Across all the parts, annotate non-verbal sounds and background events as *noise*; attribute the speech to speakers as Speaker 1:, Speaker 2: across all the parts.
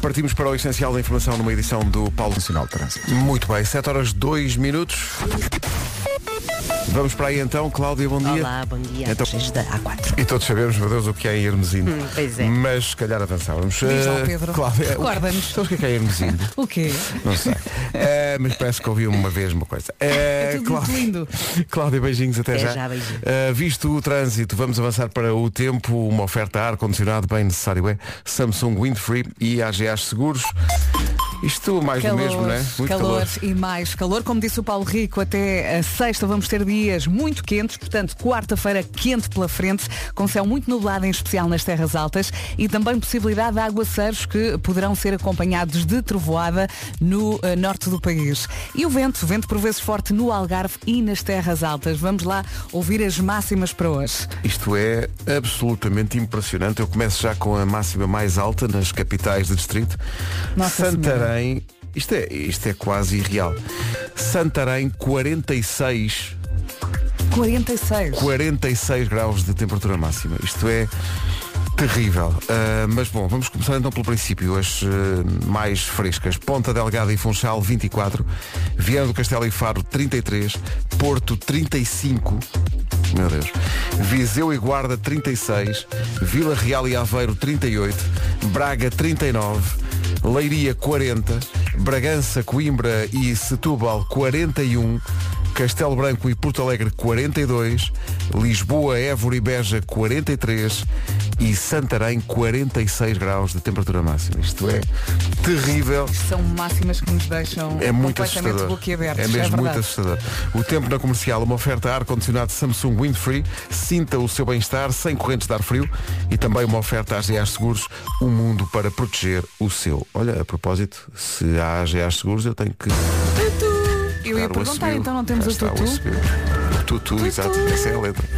Speaker 1: Partimos para o essencial da informação numa edição do Paulo Nacional de Trânsito. Muito bem, 7 horas 2 minutos. Vamos para aí então, Cláudia, bom dia.
Speaker 2: Olá, bom dia.
Speaker 1: Então-
Speaker 2: Vocês da A4.
Speaker 1: E todos sabemos, meu Deus, o que é Hermesino.
Speaker 2: Hum, pois é.
Speaker 1: Mas se calhar avançávamos.
Speaker 3: Diz lá,
Speaker 1: Eh,
Speaker 3: Pedro.
Speaker 1: Cláudia,
Speaker 3: Recorda-nos.
Speaker 1: Sabes o que é que é Hermesino?
Speaker 3: O quê?
Speaker 1: Não *laughs* sei. Eh, mas parece que ouvi uma vez uma coisa. Eh,
Speaker 3: *laughs* É tudo muito lindo.
Speaker 1: Cláudia, beijinhos até,
Speaker 2: Até já, beijinho.
Speaker 1: Eh, visto o trânsito, vamos avançar para o tempo, uma oferta a ar-condicionado bem necessário é Samsung Windfree e AGAs Seguros. Isto mais
Speaker 3: Calor,
Speaker 1: do mesmo, não é?
Speaker 3: calor, e mais calor. Como disse o Paulo Rico, até a sexta vamos ter dias muito quentes, portanto, quarta-feira quente pela frente, com céu muito nublado, em especial nas terras altas, e também possibilidade de aguaceiros que poderão ser acompanhados de trovoada no eh, norte do país. E o vento, vento por vezes forte no Algarve e nas terras altas. Vamos lá ouvir as máximas para hoje.
Speaker 1: Isto é absolutamente impressionante. Eu começo já com a máxima mais alta nas capitais do distrito.
Speaker 3: Nossa
Speaker 1: Santarém, isto é, isto é quase irreal. Santarém, 46,
Speaker 3: 46.
Speaker 1: 46 graus de temperatura máxima. Isto é terrível. Ah, mas bom, vamos começar então pelo princípio, as eh, mais frescas. Ponta Delgada e Funchal, 24. Viana do Castelo e Faro, 33. Porto, 35. Meu Deus. Viseu e Guarda 36, Vila Real e Aveiro 38, Braga 39, Leiria 40, Bragança, Coimbra e Setúbal 41, Castelo Branco e Porto Alegre 42, Lisboa, Évora e Beja 43 e Santarém 46 graus de temperatura máxima. Isto é terrível.
Speaker 3: São máximas que nos deixam
Speaker 1: É muito
Speaker 3: completamente
Speaker 1: assustador.
Speaker 3: boquiabertos.
Speaker 1: é mesmo muito
Speaker 3: verdade.
Speaker 1: assustador. O tempo na comercial, uma oferta a ar-condicionado Samsung Windfree. Sinta o seu bem-estar sem correntes de ar frio e também uma oferta às GAs Seguros, o mundo para proteger o seu. Olha, a propósito, se há AGAs Seguros, eu tenho que.
Speaker 3: Tutu. Eu ia
Speaker 1: dar o
Speaker 3: perguntar,
Speaker 1: assobio.
Speaker 3: então não temos
Speaker 1: Cá
Speaker 3: o
Speaker 1: está,
Speaker 3: tutu?
Speaker 1: assobio. O tutu, exato, essa é a letra.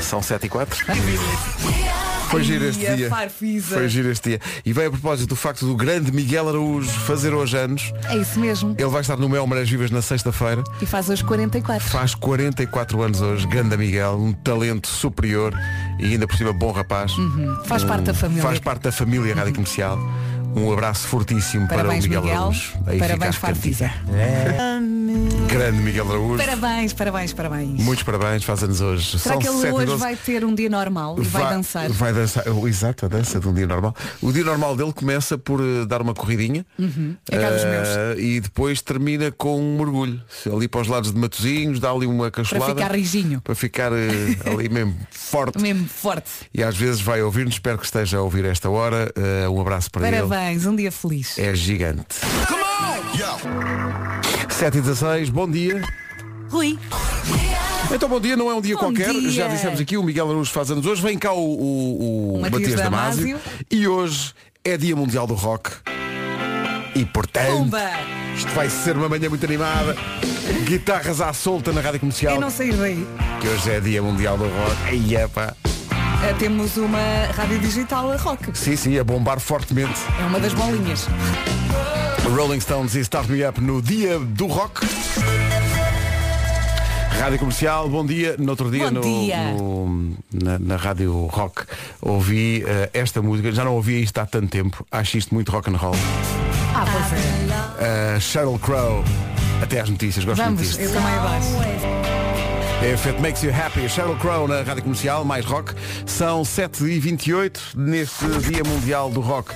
Speaker 1: São 7 e 4. Foi giro este
Speaker 3: Ia,
Speaker 1: dia.
Speaker 3: farfisa.
Speaker 1: Foi giro este dia. E vem a propósito do facto do grande Miguel Araújo fazer hoje anos.
Speaker 3: É isso mesmo.
Speaker 1: Ele vai estar no Mel Marés Vivas na sexta-feira.
Speaker 3: E faz hoje 44.
Speaker 1: Faz 44 anos hoje, Ganda Miguel, um talento superior e ainda por cima bom rapaz.
Speaker 3: Faz parte da família.
Speaker 1: Faz parte da família Rádio Comercial. Um abraço fortíssimo
Speaker 3: Uhum. Parabéns,
Speaker 1: para o Miguel,
Speaker 3: Miguel.
Speaker 1: Araújo.
Speaker 3: Parabéns,
Speaker 1: fica a cantiga.
Speaker 3: Farfisa.
Speaker 1: Grande Miguel Araújo.
Speaker 3: Parabéns, parabéns, parabéns.
Speaker 1: Muitos parabéns, faz anos hoje.
Speaker 3: Será que ele
Speaker 1: sete e
Speaker 3: hoje
Speaker 1: doze.
Speaker 3: vai ter um dia normal e vai, dançar?
Speaker 1: Vai dançar, Oh, exato, a dança de um dia normal. O dia normal dele começa por eh, dar uma corridinha
Speaker 3: É cá dos meus.
Speaker 1: eh, e depois termina com um mergulho. Ali para os lados de Matozinhos, dá ali uma cacholada.
Speaker 3: ficar rijinho.
Speaker 1: Para ficar eh, ali
Speaker 3: *laughs*
Speaker 1: mesmo forte.
Speaker 3: Mesmo forte.
Speaker 1: E às vezes vai ouvir-nos, espero que esteja a ouvir esta hora. Eh, um abraço para ele.
Speaker 3: Parabéns, um dia feliz.
Speaker 1: É gigante. 7 e 16, bom dia.
Speaker 2: Rui.
Speaker 1: Então bom dia, não é um dia
Speaker 3: Bom
Speaker 1: qualquer,
Speaker 3: dia.
Speaker 1: já dissemos aqui, o Miguel Araújo faz anos hoje, vem cá o, o, o
Speaker 3: O
Speaker 1: Matias
Speaker 3: Matias
Speaker 1: Damasio
Speaker 3: Damasio.
Speaker 1: e hoje é Dia Mundial do Rock e portanto
Speaker 3: Pumba!
Speaker 1: isto vai ser uma manhã muito animada, guitarras à solta na Rádio
Speaker 3: É
Speaker 1: Comercial,
Speaker 3: não sair daí.
Speaker 1: que hoje é Dia Mundial do Rock. E epá,
Speaker 3: Ah, Temos uma rádio digital a rock.
Speaker 1: sim, sim, a bombar fortemente.
Speaker 3: É uma das bolinhas.
Speaker 1: Rolling Stones e Start Me Up no Dia do Rock. Rádio Comercial, bom dia. No outro dia,
Speaker 3: Bom
Speaker 1: no-
Speaker 3: dia.
Speaker 1: no- na, na Rádio Rock, ouvi eh, esta música. Já não ouvi isto há tanto tempo. Acho isto muito rock and roll.
Speaker 3: Ah, pois é.
Speaker 1: Eh, Sheryl Crow. Até às notícias, gosto muito
Speaker 3: Vamos,
Speaker 1: disto.
Speaker 3: eu também abaixo.
Speaker 1: É If It Makes You Happy, Sheryl Crow na Rádio Comercial, mais rock. São 7h28 neste Dia Mundial do Rock.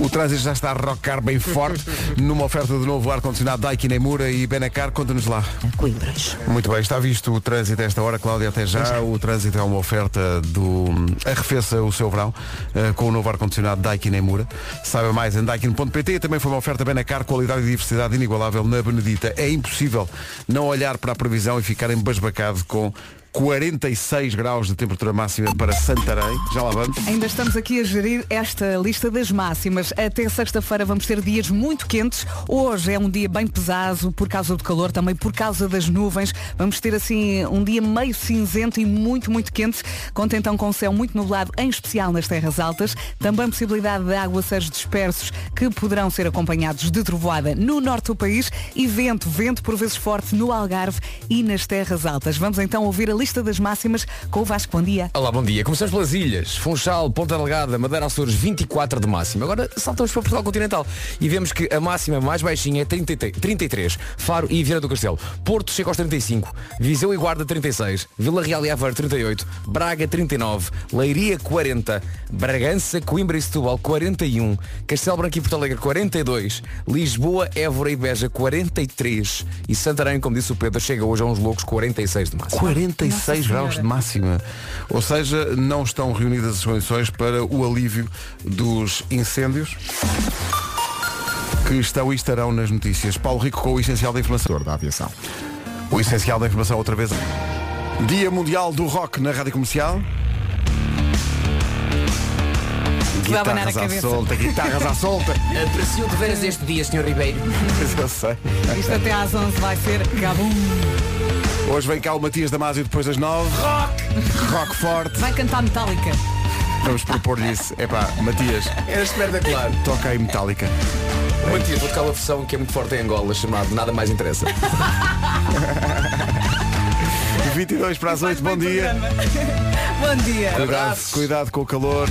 Speaker 1: O trânsito já está a rocar bem forte numa oferta de novo ar-condicionado Daikin Emura e Benacar. Conta-nos lá.
Speaker 2: Eh, Coimbras.
Speaker 1: Muito bem, está visto o trânsito a esta hora, Cláudia, até já. O trânsito é uma oferta do Arrefeça o seu verão eh, com o novo ar-condicionado Daikin Emura. Saiba mais em daikin.pt e também foi uma oferta Benacar, qualidade e diversidade inigualável na Benedita. É impossível não olhar para a previsão e ficar embasbacado com 46 graus de temperatura máxima para Santarém. Já lá vamos.
Speaker 3: Ainda estamos aqui a gerir esta lista das máximas. Até sexta-feira vamos ter dias muito quentes. Hoje é um dia bem pesado por causa do calor, também por causa das nuvens. Vamos ter assim um dia meio cinzento e muito, muito quente. Conta então com céu muito nublado, em especial nas terras altas. Também possibilidade de aguaceiros dispersos que poderão ser acompanhados de trovoada no norte do país e vento, vento por vezes forte no Algarve e nas terras altas. Vamos então ouvir a lista lista das máximas com o Vasco. Bom dia.
Speaker 4: Olá, bom dia. Começamos pelas ilhas. Funchal, Ponta Delgada, Madeira Açores, 24 de máxima. Agora saltamos para Portugal Continental e vemos que a máxima mais baixinha é 30, 33. Faro e Vieira do Castelo. Porto chega aos 35. Viseu e Guarda, 36. Vila Real e Aveiro, 38. Braga, 39. Leiria, 40. Bragança, Coimbra e Setúbal, 41. Castelo Branco e Porto Alegre, 42. Lisboa, Évora e Beja, 43. E Santarém, como disse o Pedro, chega hoje a uns loucos 46 de máxima.
Speaker 1: 46
Speaker 3: Nossa
Speaker 1: graus de
Speaker 3: Senhora.
Speaker 1: máxima. Ou seja, não estão reunidas as condições para o alívio dos incêndios que estão e estarão nas notícias. Paulo Rico com o essencial da informação.
Speaker 5: da aviação.
Speaker 1: O essencial da informação outra vez. Dia Mundial do Rock na Rádio Comercial.
Speaker 3: Vai abanar a
Speaker 1: Guitarras à
Speaker 3: cabeça.
Speaker 1: solta, guitarras à solta. *laughs*
Speaker 4: Aprecio de veras este dia, Sr. Ribeiro.
Speaker 1: Mas eu sei.
Speaker 3: Isto até às 11 vai ser cabum.
Speaker 1: Hoje vem cá o Matias Damasio depois das 9. Rock! Rock forte.
Speaker 3: Vai cantar Metallica.
Speaker 1: Vamos propor-lhe isso. Epá, Matias,
Speaker 4: Era É espetacular.
Speaker 1: toca aí Metallica.
Speaker 4: Matias, vou tocar uma versão que é muito forte em Angola, chamado Nada Mais Interessa.
Speaker 1: 22 para as 8, bom dia.
Speaker 3: *laughs* Bom dia.
Speaker 1: Cuidado,
Speaker 4: Abraços.
Speaker 1: cuidado com o calor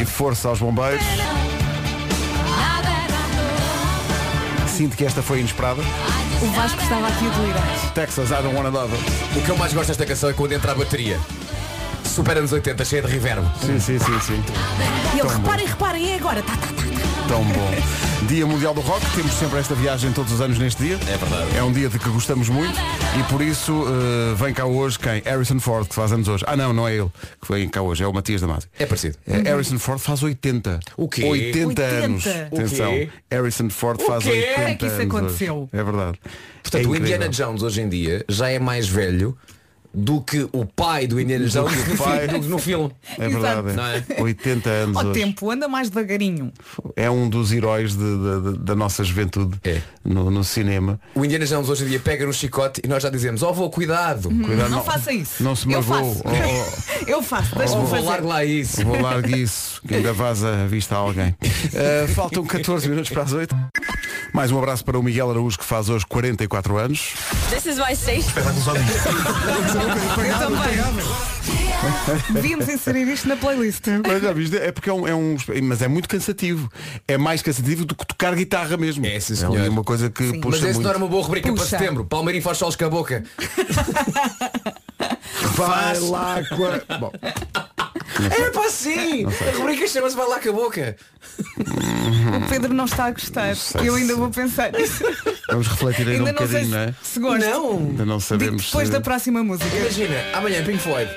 Speaker 1: e força aos bombeiros. Sinto que esta foi inesperada.
Speaker 3: O Vasco estava aqui a delirar.
Speaker 1: Texas, I don't wanna love. it.
Speaker 4: O que eu mais gosto desta canção é quando entra a bateria. Super anos 80, cheia de reverb.
Speaker 1: Sim, sim, sim, sim.
Speaker 3: E ele,
Speaker 1: Tão bom.
Speaker 3: reparem, reparem, é agora. Tá, tá, tá.
Speaker 1: Tão bom. Dia Mundial do Rock, temos sempre esta viagem todos os anos neste dia.
Speaker 4: É verdade.
Speaker 1: É um dia de que gostamos muito e por isso eh, vem cá hoje quem? Harrison Ford, que faz anos hoje. Ah não, não é ele que vem cá hoje, é o Matias Damasio.
Speaker 4: É parecido.
Speaker 1: Eh, Harrison Ford faz 80.
Speaker 4: O quê?
Speaker 1: 80,
Speaker 3: 80.
Speaker 1: anos.
Speaker 3: O
Speaker 1: Atenção.
Speaker 4: quê?
Speaker 1: Harrison Ford
Speaker 4: O
Speaker 1: faz
Speaker 4: quê?
Speaker 1: 80.
Speaker 4: Como
Speaker 3: é que isso
Speaker 1: anos hoje.
Speaker 3: aconteceu?
Speaker 1: É verdade.
Speaker 4: Portanto,
Speaker 1: É
Speaker 4: o
Speaker 1: incrível.
Speaker 4: Indiana Jones hoje em dia já é mais velho do que o pai do Indiana Jones
Speaker 1: que
Speaker 4: no,
Speaker 1: o pai.
Speaker 4: fi- do que no filme.
Speaker 1: É verdade.
Speaker 4: Exato. Não é?
Speaker 1: 80 anos
Speaker 3: Ó
Speaker 1: hoje.
Speaker 3: tempo, anda mais devagarinho.
Speaker 1: É um dos heróis de- de- de- da nossa juventude
Speaker 4: É.
Speaker 1: no, no cinema.
Speaker 4: O Indiana Jones hoje em dia pega no chicote e nós já dizemos, ó vou cuidado.
Speaker 1: Cuidado,
Speaker 3: Não faça isso.
Speaker 1: Não se
Speaker 3: Eu
Speaker 1: magoou.
Speaker 3: faço.
Speaker 1: Oh, oh.
Speaker 3: *laughs* Eu faço,
Speaker 4: Ó
Speaker 3: deixa-me
Speaker 1: é.
Speaker 4: vou
Speaker 3: fazer.
Speaker 4: largo lá isso.
Speaker 1: Vou largar isso, que ainda vaza a vista a
Speaker 4: *laughs*
Speaker 1: alguém. Uh, faltam 14 minutos para as 8. Mais um abraço para o Miguel Araújo, que faz hoje 44 anos.
Speaker 2: This is my station.
Speaker 3: Eu também. Devíamos inserir isto
Speaker 1: *laughs*
Speaker 3: na playlist.
Speaker 1: Mas já viste, é porque é um, é um- Mas é muito cansativo. É mais cansativo do que tocar guitarra mesmo.
Speaker 4: É, sim,
Speaker 1: ali
Speaker 4: senhor.
Speaker 1: uma coisa que
Speaker 4: Mas
Speaker 1: puxa
Speaker 4: esse não
Speaker 1: muito.
Speaker 4: era uma boa rubrica para
Speaker 3: Puxa.
Speaker 4: setembro. Palmeirinho faz solos com a boca.
Speaker 1: Vai lá com a- Bom,
Speaker 4: Era para É sim! A rubrica chama-se Vai lá com a boca.
Speaker 3: O Pedro não está a gostar.
Speaker 1: sei
Speaker 3: Eu
Speaker 1: se-
Speaker 3: ainda vou pensar nisso.
Speaker 1: vamos refletir ainda,
Speaker 3: Ainda
Speaker 1: é um
Speaker 3: não sei
Speaker 1: bocadinho, não
Speaker 3: se,
Speaker 1: é?
Speaker 3: se gosta.
Speaker 4: Não!
Speaker 1: Ainda não
Speaker 3: Digo
Speaker 1: sabemos. eh,
Speaker 3: depois
Speaker 1: se-
Speaker 3: da próxima música.
Speaker 4: Imagina, amanhã Pink Floyd.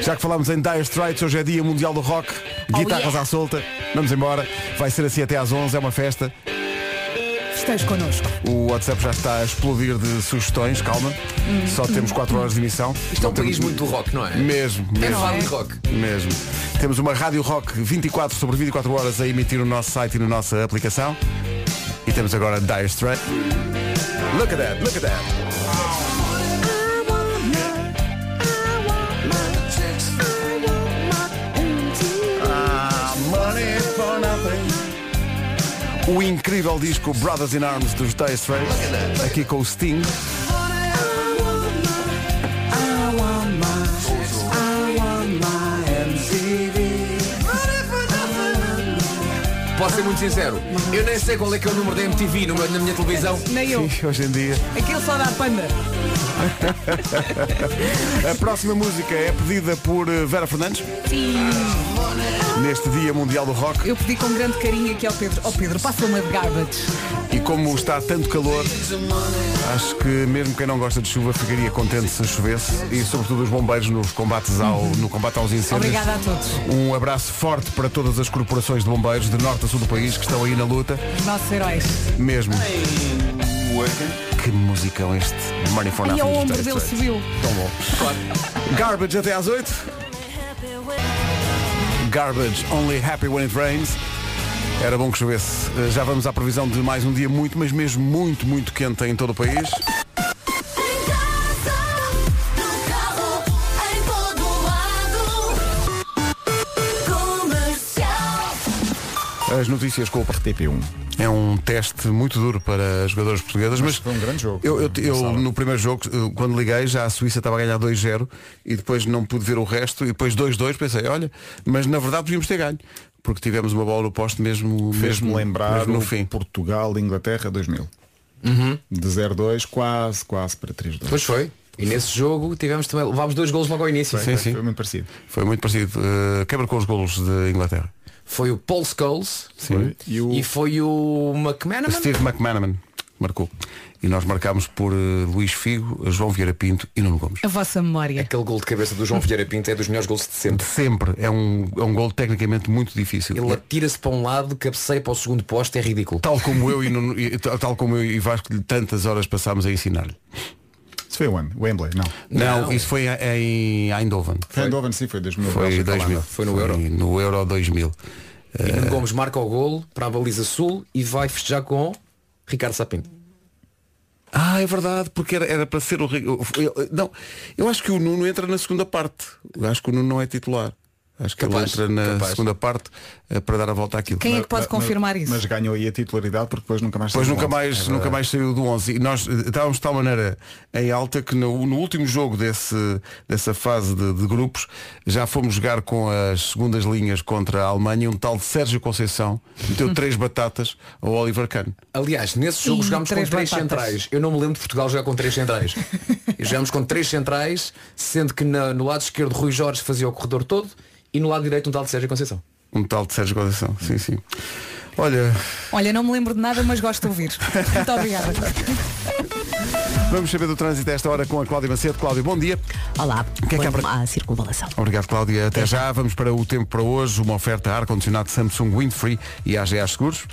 Speaker 1: Já que falámos em Dire Straits, hoje é dia mundial do rock,
Speaker 3: Oh,
Speaker 1: guitarras à solta, vamos embora, vai ser assim até às 11, é uma festa.
Speaker 3: Estás connosco.
Speaker 1: O WhatsApp já está a explodir de sugestões, calma.
Speaker 3: Hum.
Speaker 1: Só temos 4 horas de emissão.
Speaker 4: Isto é
Speaker 1: Não
Speaker 4: um
Speaker 1: temos-
Speaker 4: país muito do rock, não é?
Speaker 1: Mesmo,
Speaker 4: É
Speaker 1: mesmo,
Speaker 4: vale de rock.
Speaker 1: mesmo. Temos uma Rádio Rock 24 sobre 24 horas a emitir no nosso site e na nossa aplicação. E temos agora Dire Straits. Look at that, look at that. Ah, money for nothing. O incrível disco Brothers in Arms dos Dire Straits, aqui com o Sting.
Speaker 4: Posso ser muito sincero, eu nem sei qual é que é o número da MTV no meu- na minha televisão.
Speaker 3: Nem eu. é
Speaker 1: Sim, *laughs* hoje em dia.
Speaker 3: Aquilo só dá panda.
Speaker 1: A próxima música é pedida por eh, Vera Fernandes. Neste Dia Mundial do Rock.
Speaker 3: Eu pedi com grande carinho aqui ao Pedro. Ó Pedro, passa uma de garbage.
Speaker 1: E como está tanto calor, acho que mesmo quem não gosta de chuva ficaria contente se chovesse. E sobretudo os bombeiros nos combates ao, no combate aos incêndios.
Speaker 3: Obrigada a todos.
Speaker 1: Um abraço forte para todas as corporações de bombeiros de norte a sul do país que estão aí na luta.
Speaker 3: Os nossos heróis.
Speaker 1: Mesmo. Que musicão este. Money for
Speaker 3: E
Speaker 1: Nothing
Speaker 3: ao
Speaker 1: dos
Speaker 3: é ombro
Speaker 1: Dire
Speaker 3: dele
Speaker 1: Straits.
Speaker 3: subiu.
Speaker 1: Tão bom. Garbage até às 8. Garbage, only happy when it rains. Era bom que chovesse. Eh, Já vamos à previsão de mais um dia muito, mas mesmo muito, muito quente em todo o país. A as notícias com o
Speaker 5: TP1.
Speaker 1: É um teste muito duro para as jogadoras portuguesas, mas,
Speaker 5: foi um grande jogo.
Speaker 1: Eu, eu- eu, no primeiro jogo, eh, quando liguei, já a Suíça estava a ganhar 2-0 e depois não pude ver o resto e depois 2-2 pensei, olha, mas na verdade podíamos ter ganho, porque tivemos uma bola no poste mesmo,
Speaker 5: Fez-me
Speaker 1: mesmo
Speaker 5: lembrar
Speaker 1: mesmo no
Speaker 5: o
Speaker 1: fim. Uhum.
Speaker 5: Portugal, Inglaterra 2000. De 0-2, quase, quase para 3-2.
Speaker 4: Pois foi. E nesse jogo tivemos também, levámos dois golos logo ao início.
Speaker 1: Sim, sim.
Speaker 5: Foi muito parecido.
Speaker 1: Foi muito parecido. Eh, quebra com os golos de Inglaterra.
Speaker 4: Foi o Paul Scholes
Speaker 1: Sim.
Speaker 5: E o-
Speaker 4: e foi o McManaman.
Speaker 1: Steve McManaman marcou. E nós marcámos por eh, Luís Figo, João Vieira Pinto e Nuno Gomes.
Speaker 3: A vossa
Speaker 4: *laughs*
Speaker 3: memória.
Speaker 4: Aquele gol de cabeça do João Vieira Pinto é dos melhores gols de sempre.
Speaker 1: De sempre. É um, é um gol tecnicamente muito difícil.
Speaker 4: Ele atira-se para um lado, cabeceia para o segundo posto, é ridículo.
Speaker 1: Tal como eu e, Nuno- e- tal como eu e Vasco lhe tantas horas passámos a ensinar-lhe.
Speaker 5: Isso foi onde? Wembley, não.
Speaker 1: Não,
Speaker 4: Não.
Speaker 1: isso foi em Eindhoven.
Speaker 5: Eindhoven sim foi 2000.
Speaker 1: Foi
Speaker 5: Bélgica,
Speaker 1: 2000.
Speaker 5: Holanda.
Speaker 4: Foi no Euro.
Speaker 1: No Euro 2000.
Speaker 4: E Nuno Gomes marca o golo para a baliza sul e vai festejar com Ricardo Sapinto.
Speaker 1: Ah, é verdade, porque era, era para ser o. Ri- o- eu- eh, Não, eu acho que o Nuno entra na segunda parte. Eu acho que o Nuno não é titular. Acho que ele
Speaker 4: Capaz,
Speaker 1: entra na
Speaker 4: capaz.
Speaker 1: segunda parte eh, para dar a volta àquilo.
Speaker 3: Quem é que pode
Speaker 5: Mas-
Speaker 3: confirmar isso?
Speaker 5: Mas ganhou aí a titularidade porque depois nunca mais
Speaker 1: Pois
Speaker 5: saiu
Speaker 1: nunca
Speaker 5: do lado.
Speaker 1: mais, nunca mais saiu do 11. E nós eh, estávamos de tal maneira em alta que no, no último jogo desse, dessa fase de, de grupos já fomos jogar com as segundas linhas contra a Alemanha e um tal de Sérgio Conceição *laughs* meteu três batatas ao Oliver Kahn.
Speaker 4: Aliás, nesse jogo
Speaker 3: E
Speaker 4: jogámos
Speaker 3: três
Speaker 4: com três
Speaker 3: batatas.
Speaker 4: centrais. Eu não me lembro de Portugal jogar com três centrais. E jogámos com três centrais, sendo que na- no lado esquerdo Rui Jorge fazia o corredor todo e no lado direito um tal de Sérgio Conceição.
Speaker 1: Um tal de Sérgio Conceição. Sim, sim. Olha,
Speaker 3: Olha, não me lembro de nada, mas gosto de ouvir. Muito obrigada.
Speaker 1: vamos saber do trânsito a esta hora com a Cláudia Macedo. Cláudia, bom dia.
Speaker 2: Olá,
Speaker 1: que é que há
Speaker 2: põe-me à circunvalação.
Speaker 1: Obrigado, Cláudia. Até já. Vamos para o tempo para hoje. Uma oferta a ar-condicionado Samsung Windfree e AGA Seguros.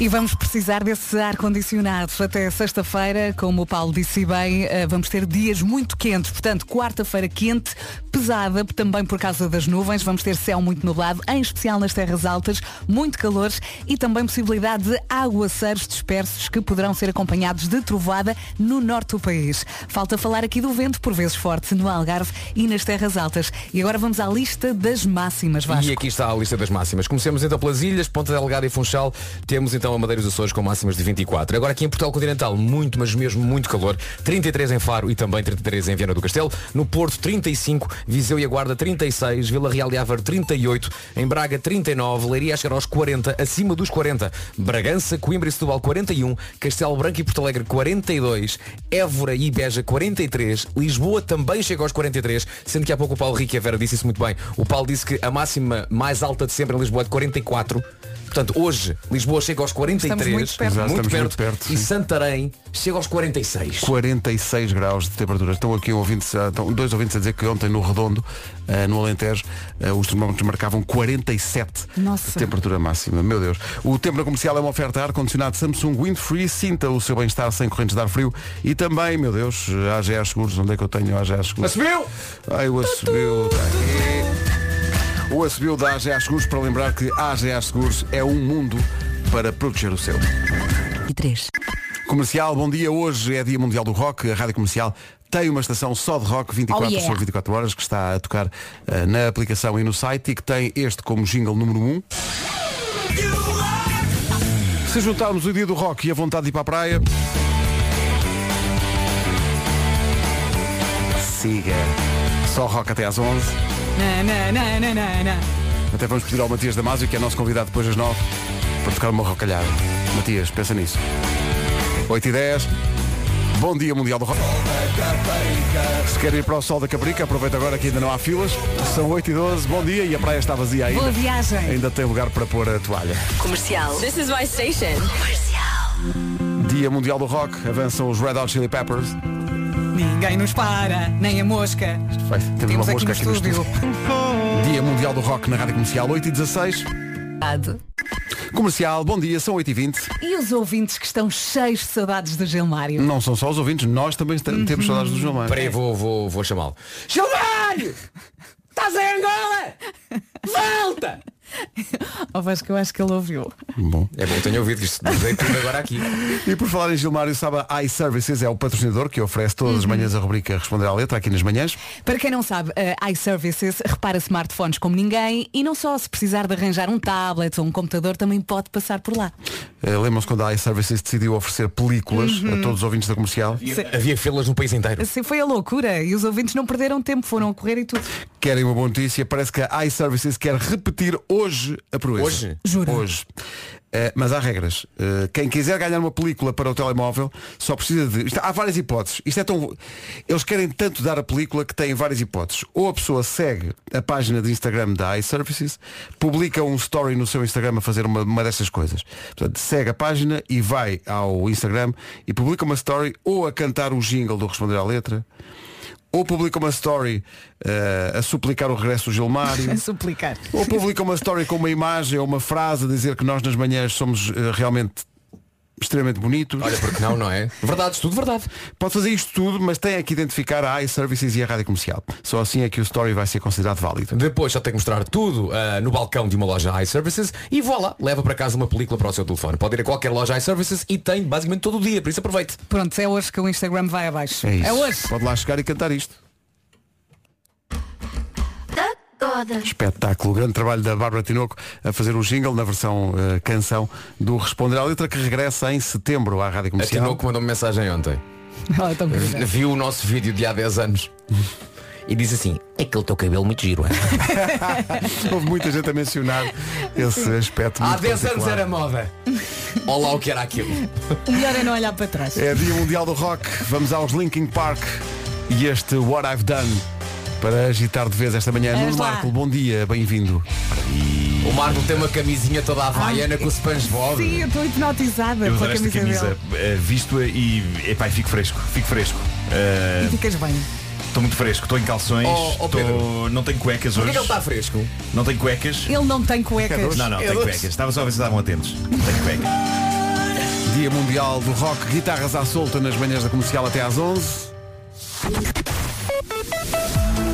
Speaker 3: E vamos precisar desse ar-condicionado até sexta-feira, como o Paulo disse bem, eh, vamos ter dias muito quentes, portanto, quarta-feira quente, pesada, também por causa das nuvens, vamos ter céu muito nublado, em especial nas terras altas, muito calor e também possibilidade de aguaceiros dispersos que poderão ser acompanhados de trovada no norte do país. Falta falar aqui do vento, por vezes forte, no Algarve e nas terras altas. E agora vamos à lista das máximas, Vasco.
Speaker 4: E aqui está a lista das máximas. Comecemos então pelas ilhas, Ponta Delgada e Funchal. Temos então a Madeira e os Açores com máximas de 24. Agora aqui em Portugal Continental, muito, mas mesmo muito calor. 33 em Faro e também 33 em Viana do Castelo. No Porto, 35. Viseu e a Guarda, 36. Vila Real e Aveiro, 38. Em Braga, 39. Leiria a chegar aos 40, acima dos 40. Bragança, Coimbra e Setúbal, 41. Castelo Branco e Porto Alegre, 42. Évora e Beja, 43. Lisboa também chega aos 43, sendo que há pouco o Paulo Rico e a Vera disse isso muito bem. O Paulo disse que a máxima mais alta de sempre em Lisboa é de 44. Portanto, hoje Lisboa chega aos 43,
Speaker 3: Estamos muito perto.
Speaker 1: Exato,
Speaker 4: muito
Speaker 1: estamos muito
Speaker 4: perto,
Speaker 1: perto,
Speaker 4: e
Speaker 1: sim.
Speaker 4: Santarém chega aos 46.
Speaker 1: 46 graus de temperatura. Estão aqui ouvintes, a- estão dois ouvintes a dizer que ontem no Redondo, eh, no Alentejo, eh, os termómetros marcavam 47
Speaker 3: Nossa.
Speaker 1: de temperatura máxima. Meu Deus. O tempo na comercial é uma oferta a ar-condicionado Samsung Windfree. Sinta o seu bem-estar sem correntes de ar frio. E também, meu Deus, a AGA Seguros. Onde é que eu tenho a AGA Seguros?
Speaker 4: Assumiu!
Speaker 1: Ai, o assobio está aqui. O assobio da AGA Seguros para lembrar que a AGA Seguros é um mundo para proteger o seu.
Speaker 2: E três.
Speaker 1: Comercial, bom dia. Hoje é Dia Mundial do Rock. A Rádio Comercial tem uma estação só de rock 24
Speaker 2: Oh, yeah.
Speaker 1: sobre 24 horas que está a tocar eh, na aplicação e no site e que tem este como jingle número 1. Se juntarmos o Dia do Rock e a vontade de ir para a praia. Siga. Só rock até às 11.
Speaker 3: Na, na, na, na, na, na.
Speaker 1: Até vamos pedir ao Matias Damasio, que é nosso convidado depois das 9, para tocar uma rocalhada. Matias, pensa nisso. 8 e 10. Bom dia, Mundial do Rock. Se quer ir para o Sol da Caprica, aproveita agora que ainda não há filas. São 8 e 12. Bom dia e a praia está vazia ainda.
Speaker 3: Boa viagem.
Speaker 1: Ainda tem lugar para pôr a toalha.
Speaker 6: Comercial. This is my station.
Speaker 1: Dia Mundial do Rock. Avançam os Red Hot Chili Peppers.
Speaker 3: Ninguém nos para, nem a mosca.
Speaker 1: Vai, temos uma
Speaker 3: Temos aqui
Speaker 1: mosca
Speaker 3: no
Speaker 1: aqui no
Speaker 3: estúdio.
Speaker 1: estúdio. Dia Mundial do Rock na Rádio Comercial. 8 e 16. Comercial, bom dia. São 8 e 20.
Speaker 3: E os ouvintes que estão cheios de saudades do *laughs* Gilmário?
Speaker 1: Não são só os ouvintes, nós também te- temos saudades do João Mar.
Speaker 3: É.
Speaker 4: Espera aí, vou, vou, vou chamá-lo. Gilmário! Estás em Angola? Volta!
Speaker 3: Ó Oh, Vasco, eu acho que ele ouviu.
Speaker 1: Bom.
Speaker 4: É bom, tenho ouvido isto. Dei tudo agora aqui.
Speaker 1: E por falar em Gilmário Saba, iServices é o patrocinador que oferece todas as manhãs a rubrica Responder à Letra aqui nas manhãs.
Speaker 3: Para quem não sabe, a iServices repara smartphones como ninguém e não só se precisar de arranjar um tablet ou um computador também pode passar por lá.
Speaker 1: Eh, Lembram-se quando a iServices decidiu oferecer películas a todos os ouvintes da comercial?
Speaker 4: Havia filas no país inteiro.
Speaker 3: Assim foi a loucura e os ouvintes não perderam tempo, foram a correr e tudo.
Speaker 1: Querem uma boa notícia? Parece que a iServices quer repetir hoje a proeza.
Speaker 4: Hoje?
Speaker 3: Jura?
Speaker 1: Hoje. Eh, mas há regras. Eh, quem quiser ganhar uma película para o telemóvel só precisa de. isto- há várias hipóteses. Isto é tão. Eles querem tanto dar a película que têm várias hipóteses. Ou a pessoa segue a página de Instagram da iServices, publica um story no seu Instagram a fazer uma, uma dessas coisas. Portanto, segue a página e vai ao Instagram e publica uma story ou a cantar o jingle do responder à letra ou publica uma story eh, a suplicar o regresso do Gilmário,
Speaker 3: A suplicar.
Speaker 1: ou publica uma story com uma imagem ou uma frase a dizer que nós nas manhãs somos eh, realmente extremamente bonitos.
Speaker 4: Olha, porque não, não é? Verdade, tudo verdade.
Speaker 1: Pode fazer isto tudo, mas tem que identificar a iServices e a Rádio Comercial. Só assim é que o story vai ser considerado válido.
Speaker 4: Depois já tem que mostrar tudo ah, no balcão de uma loja iServices e vá lá, leva para casa uma película para o seu telefone. Pode ir a qualquer loja iServices e tem basicamente todo o dia, por isso aproveite.
Speaker 3: Pronto, é hoje que o Instagram vai abaixo.
Speaker 1: É isso. *laughs*
Speaker 3: hoje.
Speaker 1: Pode lá chegar e cantar isto.
Speaker 7: Tipo,
Speaker 1: Espetáculo, grande trabalho da Bárbara Tinoco a fazer o jingle na versão eh, canção do Responder à Letra que regressa em setembro à Rádio
Speaker 4: A
Speaker 1: Comercial.
Speaker 4: É Tinoco mandou-me mensagem ontem.
Speaker 3: Ah,
Speaker 1: É
Speaker 3: tão querida.
Speaker 4: Viu o nosso vídeo de há 10 anos. E diz assim, aquele teu cabelo muito giro, é?
Speaker 1: Houve muita gente a mencionar esse aspecto.
Speaker 4: Há
Speaker 1: muito
Speaker 4: 10 anos
Speaker 1: particular.
Speaker 4: era moda. Olá o que era aquilo.
Speaker 3: o melhor é não olhar para trás.
Speaker 1: É Dia Mundial do Rock. Vamos aos Linkin Park e este What I've Done para agitar de vez esta manhã. é
Speaker 3: Vamos
Speaker 1: Nuno
Speaker 3: lá.
Speaker 1: Marco, bom dia, bem-vindo.
Speaker 4: O Marco tem uma camisinha toda havaiana com o SpongeBob.
Speaker 3: Sim, eu estou hipnotizada
Speaker 8: Eu
Speaker 3: pela
Speaker 8: adoro esta
Speaker 3: camisa,
Speaker 8: camisa,
Speaker 3: dele.
Speaker 8: eh, visto-a e epá, e fico fresco, fico fresco.
Speaker 3: E ficas bem.
Speaker 8: Estou muito fresco, estou em calções,
Speaker 4: Oh, oh,
Speaker 8: tô-
Speaker 4: Pedro.
Speaker 8: não tenho cuecas
Speaker 4: Por
Speaker 8: hoje.
Speaker 4: que ele está fresco?
Speaker 8: Não tenho cuecas.
Speaker 3: Ele não tem cuecas.
Speaker 8: Não, não, tenho cuecas. Estava só a ver se estavam atentos. Tenho cuecas.
Speaker 1: Dia Mundial do Rock, guitarras à solta nas manhãs da comercial até às 11.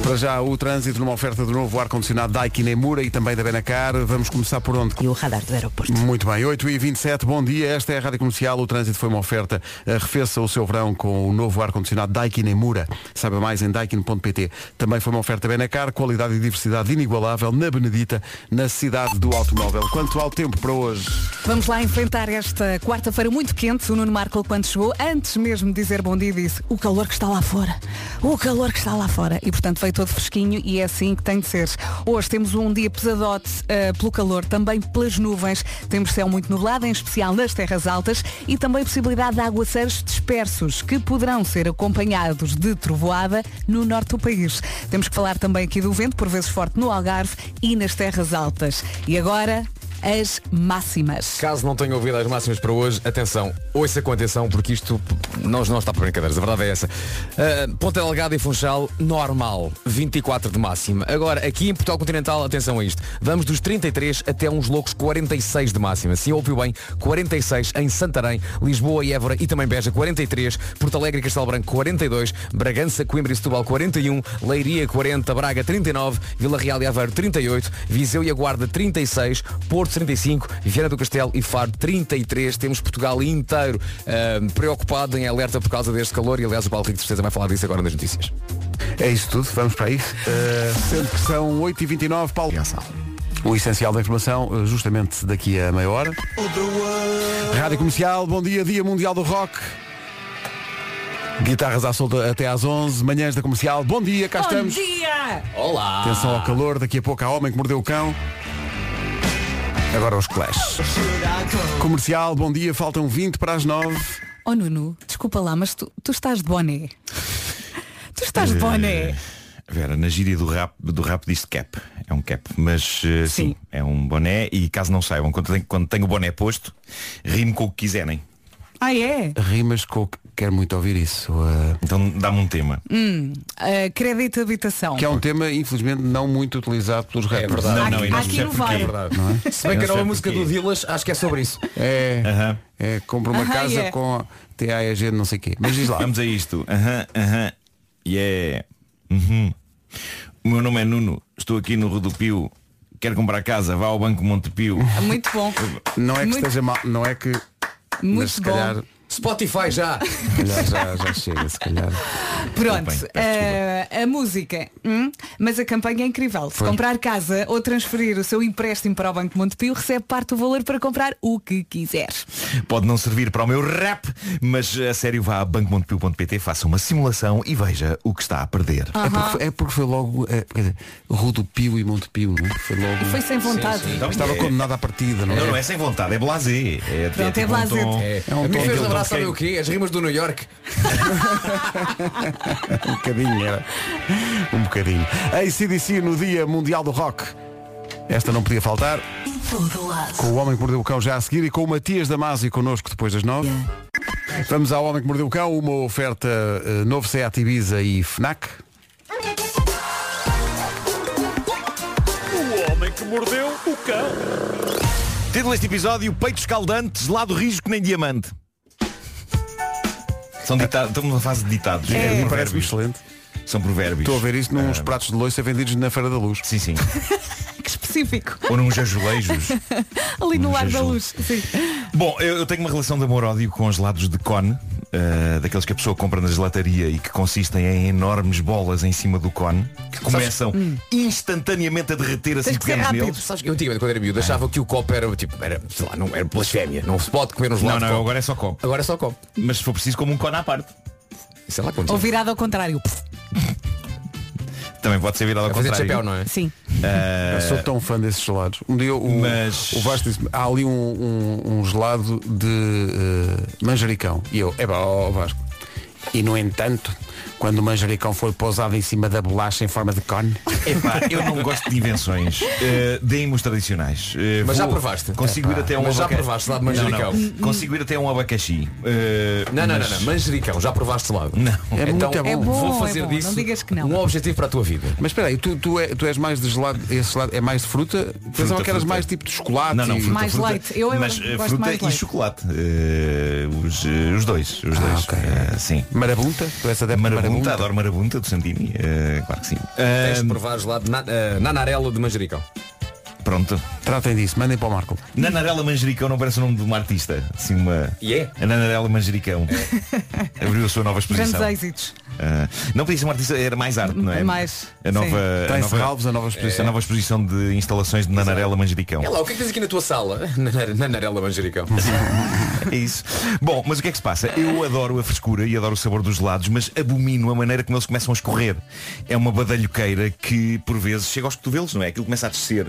Speaker 1: Para já o trânsito numa oferta do novo ar-condicionado Daikin Emura e também da Benacar. Vamos começar por onde?
Speaker 2: E o radar do aeroporto.
Speaker 1: Muito bem, 8 e 27 bom dia, esta é a Rádio Comercial, o trânsito foi uma oferta. Arrefeça o seu verão com o novo ar-condicionado Daikin Emura. Saiba mais em daikin.pt. Também foi uma oferta Benacar, qualidade e diversidade inigualável na Benedita, na cidade do automóvel. Quanto ao tempo para hoje...
Speaker 3: Vamos lá enfrentar esta quarta-feira muito quente. O Nuno Marco, quando chegou, antes mesmo de dizer bom dia, disse o calor que está lá fora. O calor que está lá fora. E, portanto, veio todo fresquinho e é assim que tem de ser. Hoje temos um dia pesadote eh, pelo calor, também pelas nuvens. Temos céu muito nublado, em especial nas terras altas, e também possibilidade de aguaceiros dispersos, que poderão ser acompanhados de trovoada no norte do país. Temos que falar também aqui do vento, por vezes forte no Algarve e nas terras altas. E agora... As máximas.
Speaker 4: Caso não tenha ouvido as máximas para hoje, atenção, ouça com atenção porque isto p- não, não está para brincadeiras, a verdade é essa. Ah, Ponta Delgada e Funchal, normal, 24 de máxima. Agora, aqui em Portugal Continental, atenção a isto, vamos dos 33 até uns loucos 46 de máxima. Se ouviu bem, 46 em Santarém, Lisboa e Évora e também Beja, 43, Porto Alegre e Castelo Branco, 42, Bragança, Coimbra e Setúbal, 41, Leiria, 40, Braga, 39, Vila Real e Aveiro, 38, Viseu e a Guarda, 36, Porto, 35, Viana do Castelo e Faro, 33. Temos Portugal inteiro ah, preocupado em alerta por causa deste calor e, aliás, o Paulo Rico de certeza vai falar disso agora nas notícias.
Speaker 1: É isso tudo, vamos para isso. Uh, sendo que são 8h29, Paulo. O essencial da informação, uh, justamente daqui a meia hora. Rádio Comercial, bom dia, Dia Mundial do Rock. Guitarras à solta até às 11, manhãs da comercial. Bom dia, cá estamos.
Speaker 3: dia!
Speaker 4: Olá!
Speaker 1: Atenção ao calor, daqui a pouco há Homem que Mordeu o Cão. Agora os Clash. Comercial, bom dia, faltam 20 para as 9.
Speaker 3: Oh Nuno, desculpa lá, mas tu, tu estás de boné. Tu estás de
Speaker 1: Eh.
Speaker 3: boné.
Speaker 8: Eh, Vera, na gíria do rap, do rap diz cap. É um cap. Mas eh, sim.
Speaker 3: Sim.
Speaker 8: é um boné e caso não saibam, quando tenho, quando tenho o boné posto, rimo com o que quiserem.
Speaker 3: Ah é?
Speaker 1: Rimas com o que quero muito ouvir isso. uh,
Speaker 8: Então dá-me um tema.
Speaker 3: Ah, crédito de habitação.
Speaker 1: que é um tema, infelizmente, não muito utilizado pelos rappers. é?
Speaker 4: verdade.
Speaker 8: Não, não,
Speaker 3: Há-
Speaker 8: e não
Speaker 3: há
Speaker 8: se é
Speaker 3: quem
Speaker 8: percebe
Speaker 3: não
Speaker 8: porquê.
Speaker 3: vai. *laughs*
Speaker 4: Se bem que
Speaker 8: Eu não
Speaker 4: a nova
Speaker 8: sei
Speaker 4: música
Speaker 8: porquê.
Speaker 4: do Dillas, acho que é sobre isso.
Speaker 1: É,
Speaker 8: Aham.
Speaker 1: é compra uma
Speaker 3: Aham,
Speaker 1: casa
Speaker 3: yeah.
Speaker 1: com TAEG de não sei o quê. Mas diz lá.
Speaker 8: Vamos a isto. Aham, aham. Yeah. Uhum. O meu nome é Nuno. Estou aqui no Rodopio quer comprar casa, vá ao Banco Montepio.
Speaker 3: Muito bom.
Speaker 1: Não é que
Speaker 3: Muito-
Speaker 1: esteja mal, não é que. mas se
Speaker 3: Muito bom.
Speaker 1: calhar,
Speaker 4: Spotify já.
Speaker 1: calhar já, já chega, se calhar.
Speaker 3: Pronto,
Speaker 8: Desculpem, peço
Speaker 3: eh, a, música, hum, mas a campanha é incrível. Se
Speaker 1: Pois.
Speaker 3: comprar casa ou transferir o seu empréstimo para o Banco Montepio, recebe parte do valor para comprar o que quiser.
Speaker 8: Pode não servir para o meu rap, mas a sério vá a bancomontepio.pt, faça uma simulação e veja o que está a perder.
Speaker 4: Ah.
Speaker 1: É, porque, foi- é porque foi logo. É, quer dizer, Rodopio e Montepio, não é? Foi logo.
Speaker 3: Foi sem vontade.
Speaker 8: Então,
Speaker 1: Estava
Speaker 8: é-
Speaker 1: condenado à partida, não é?
Speaker 8: Não, não é sem vontade, é blasé. É,
Speaker 3: Pronto, é
Speaker 8: tipo um
Speaker 3: blasé.
Speaker 8: tom-
Speaker 4: É,
Speaker 1: um
Speaker 4: a mim
Speaker 1: tom-
Speaker 4: fez
Speaker 1: um
Speaker 4: lembrar,
Speaker 8: tom
Speaker 4: sabem o quê? As rimas do New York.
Speaker 1: Um bocadinho era. Um bocadinho. ACDC no Dia Mundial do Rock. Esta não podia faltar.
Speaker 2: Em todo lado.
Speaker 1: Com o Homem que Mordeu o Cão já a seguir e com o Matias Damasio connosco depois das nove. Vamos ao Homem que Mordeu o Cão, uma oferta eh, novo Seat Ibiza e FNAC.
Speaker 8: Título deste episódio, peitos caldantes, lado rijo que nem diamante. São ditados, estamos numa fase de ditados. É
Speaker 1: E
Speaker 8: provérbios.
Speaker 1: Parece-me excelente.
Speaker 8: São provérbios.
Speaker 1: Estou a ver isto nos pratos de loiça vendidos na Feira da Luz.
Speaker 8: Sim, sim.
Speaker 3: *laughs* Que específico.
Speaker 8: Ou num jajulejos.
Speaker 3: Ali no
Speaker 8: Um
Speaker 3: lar da
Speaker 8: jejum.
Speaker 3: luz. Sim.
Speaker 8: Bom, eu, eu tenho uma relação de amor-ódio com gelados de cone, eh, daqueles que a pessoa compra na gelataria e que consistem em enormes bolas em cima do cone, que começam
Speaker 4: Hum.
Speaker 8: instantaneamente a derreter assim
Speaker 3: que ser
Speaker 8: pegamos
Speaker 3: rápido.
Speaker 8: neles.
Speaker 4: Sabes que eu antigamente quando era miúdo achava que o copo era tipo, era, sei lá, não era blasfémia. Não se pode comer um uns
Speaker 8: Não,
Speaker 4: lados.
Speaker 8: não, agora é só copo.
Speaker 4: agora é só copo.
Speaker 8: Mas se for preciso, como um cone à parte.
Speaker 4: Sei lá quanto.
Speaker 3: Ou virado ao contrário.
Speaker 8: Também pode ser virado ao
Speaker 4: É fazer de
Speaker 8: contrário. Eh,
Speaker 4: chapéu, não é?
Speaker 3: Sim.
Speaker 1: Eu sou tão fã desses gelados. Um dia o,
Speaker 8: Mas-
Speaker 1: o Vasco disse há ali um, um- um gelado de eh, manjericão. E eu, é ó Vasco. E no entanto, quando o manjericão foi pousado em cima da bolacha em forma de cone.
Speaker 8: Epá, eu não gosto de
Speaker 4: *laughs*
Speaker 8: invenções. Uh, Deem-me os tradicionais. Eh,
Speaker 4: Mas já provaste?
Speaker 8: Consigo ir até um
Speaker 4: Mas já
Speaker 8: abaca-
Speaker 4: provaste lá de manjericão?
Speaker 8: Não, não. Consigo ir até um abacaxi. Eh,
Speaker 4: Não, não, não,
Speaker 8: mas-
Speaker 4: não. Manjericão, já provaste lado.
Speaker 8: Não.
Speaker 1: É
Speaker 4: então,
Speaker 1: muito bom.
Speaker 3: É bom,
Speaker 4: Vou fazer
Speaker 3: é bom.
Speaker 4: disso
Speaker 3: Não digas que não.
Speaker 4: um objetivo para a tua vida.
Speaker 1: Mas espera aí, tu, tu, é- tu és mais de gelado, esse gelado é mais de fruta? Pensava que eras
Speaker 8: fruta.
Speaker 1: mais tipo de chocolate.
Speaker 8: Não, não,
Speaker 1: e-
Speaker 8: fruta,
Speaker 3: Mais
Speaker 8: fruta,
Speaker 3: leite. Eu- eu
Speaker 8: mas eh,
Speaker 3: gosto
Speaker 8: fruta
Speaker 3: mais
Speaker 8: e
Speaker 3: leite.
Speaker 8: chocolate. Eh, os, eh, os dois.
Speaker 4: Ah,
Speaker 8: Os dois.
Speaker 1: ok.
Speaker 8: Eh, sim.
Speaker 1: Marabunta? Tu és adepto de
Speaker 8: Marabunta,
Speaker 1: marabunta?
Speaker 8: adoro marabunta do Santini. eh, claro que sim.
Speaker 4: Tens
Speaker 8: Eh,
Speaker 4: de provar gelado na, eh, nanarela de manjericão.
Speaker 8: pronto.
Speaker 1: Tratem disso, mandem para o Marco.
Speaker 8: Nanarela Manjericão não parece o nome de uma artista. Assim uma.
Speaker 4: E é?
Speaker 8: A Nanarela Manjericão. Abriu a sua nova
Speaker 3: Grandes
Speaker 8: exposição.
Speaker 3: êxitos.
Speaker 8: Ah, não podia ser um artista, era mais arte, não é?
Speaker 3: Mais,
Speaker 8: A nova,
Speaker 3: sim.
Speaker 8: a
Speaker 1: Está em
Speaker 8: É, nova- É,
Speaker 1: Serralves a nova
Speaker 8: essa
Speaker 1: exposição.
Speaker 8: nova exposição de instalações de Nanarela Manjericão.
Speaker 4: É lá, o que é que tens aqui na tua sala? *laughs* Nanar- Nanarela manjericão.
Speaker 8: É isso. Bom, mas o que é que se passa? Eu adoro a frescura e adoro o sabor dos gelados, mas abomino a maneira como eles começam a escorrer. É uma badalhoqueira que, por vezes, chega aos cotovelos, não é? Aquilo começa a descer.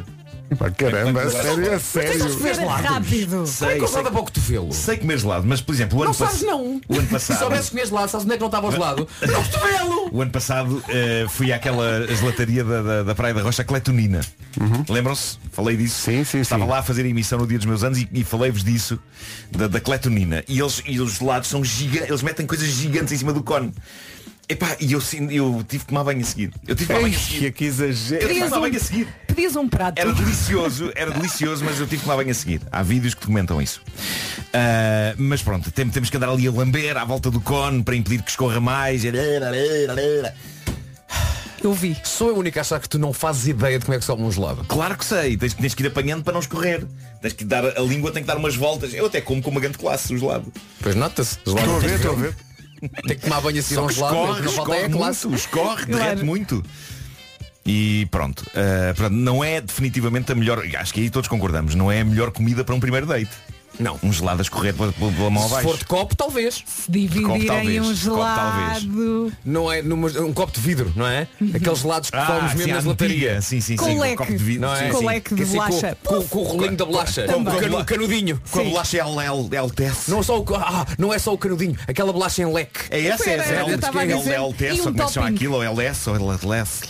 Speaker 1: Pá, Caramba, a
Speaker 8: é
Speaker 1: É sério, a sério.
Speaker 3: Ser rápido.
Speaker 8: Sei, sei,
Speaker 4: Coçada para o cotovelo.
Speaker 8: sei comer gelado, mas, por exemplo, o ano,
Speaker 4: Não sabes
Speaker 8: pass-
Speaker 4: não.
Speaker 8: o ano
Speaker 4: Se
Speaker 8: passado...
Speaker 4: soubesses que neste lado, sabes onde é que não estava ao gelado? No cotovelo!
Speaker 8: O ano passado eh, fui àquela gelataria da, da, da Praia da Rocha, a Cletonina. Lembram-se? Falei disso.
Speaker 1: Uhum. Sim, sim,
Speaker 8: Estava
Speaker 1: sim.
Speaker 8: lá a fazer emissão no dia dos meus anos e, e falei-vos disso, da, da Cletonina. E, eles, e os gelados são gigantes, eles metem coisas gigantes em cima do cone. Epá, e eu, sin- eu tive que tomar banho a seguir. Eu tive que tomar banho a seguir.
Speaker 1: Ei, que exagero.
Speaker 8: Eu tive
Speaker 3: Pedias
Speaker 8: que tomar banho a
Speaker 3: um,
Speaker 8: seguir.
Speaker 3: pedias um prato.
Speaker 8: Era delicioso, era delicioso, mas eu tive que tomar banho a seguir. Há vídeos que documentam isso. Ah, mas pronto, tem- temos que andar ali a lamber à volta do cone para impedir que escorra mais.
Speaker 3: Eu vi.
Speaker 4: Sou eu o único a achar que tu não fazes ideia de como é que sobe um gelado.
Speaker 8: Claro que sei, tens, tens que ir apanhando para não escorrer. Tens que dar, a língua tem que dar umas voltas. Eu até como com uma grande classe, os lados.
Speaker 4: Pois nota-se.
Speaker 1: Estou a ver, estou a ver.
Speaker 4: Tem que tomar banho assim a
Speaker 8: Só
Speaker 4: um
Speaker 8: que
Speaker 4: gelado.
Speaker 8: escorre,
Speaker 4: não falta é
Speaker 8: escorre
Speaker 4: a classe.
Speaker 8: muito, escorre,
Speaker 3: Claro.
Speaker 8: derrete muito. E pronto, Ah, pronto, não é definitivamente a melhor, acho que aí todos concordamos, não é a melhor comida para um primeiro date.
Speaker 4: Não.
Speaker 8: Um gelado a escorrer pela, pela- pela mão
Speaker 4: Se
Speaker 8: abaixo.
Speaker 4: for de copo, talvez.
Speaker 3: Se dividirem
Speaker 8: talvez,
Speaker 3: um
Speaker 8: copo talvez.
Speaker 3: gelado.
Speaker 4: Não é numa- um copo de vidro, não é? Aqueles lados que
Speaker 8: Ah,
Speaker 4: fomos
Speaker 8: sim,
Speaker 4: mesmo na
Speaker 8: à
Speaker 4: gelataria.
Speaker 8: antiga. Sim, sim, sim.
Speaker 3: Com
Speaker 8: com um
Speaker 3: leque.
Speaker 8: copo de vidro.
Speaker 4: Não é?
Speaker 8: Sim, um
Speaker 3: Com
Speaker 8: sim.
Speaker 3: leque
Speaker 4: Que
Speaker 3: de
Speaker 4: assim, com-
Speaker 3: bolacha.
Speaker 4: Com, com o rolinho da bolacha.
Speaker 8: Com-
Speaker 4: Com,
Speaker 8: com-
Speaker 4: o canudinho.
Speaker 8: Com a bolacha LL, LTS.
Speaker 4: Não, é só o, ah, não é só o canudinho, aquela bolacha em leque.
Speaker 8: É essa, é
Speaker 3: Era,
Speaker 8: essa,
Speaker 3: eu estava a dizer,
Speaker 8: LTS,
Speaker 3: e um
Speaker 8: ou como é que se chama
Speaker 3: topping. Um
Speaker 8: aquilo, ou LS, ou LS.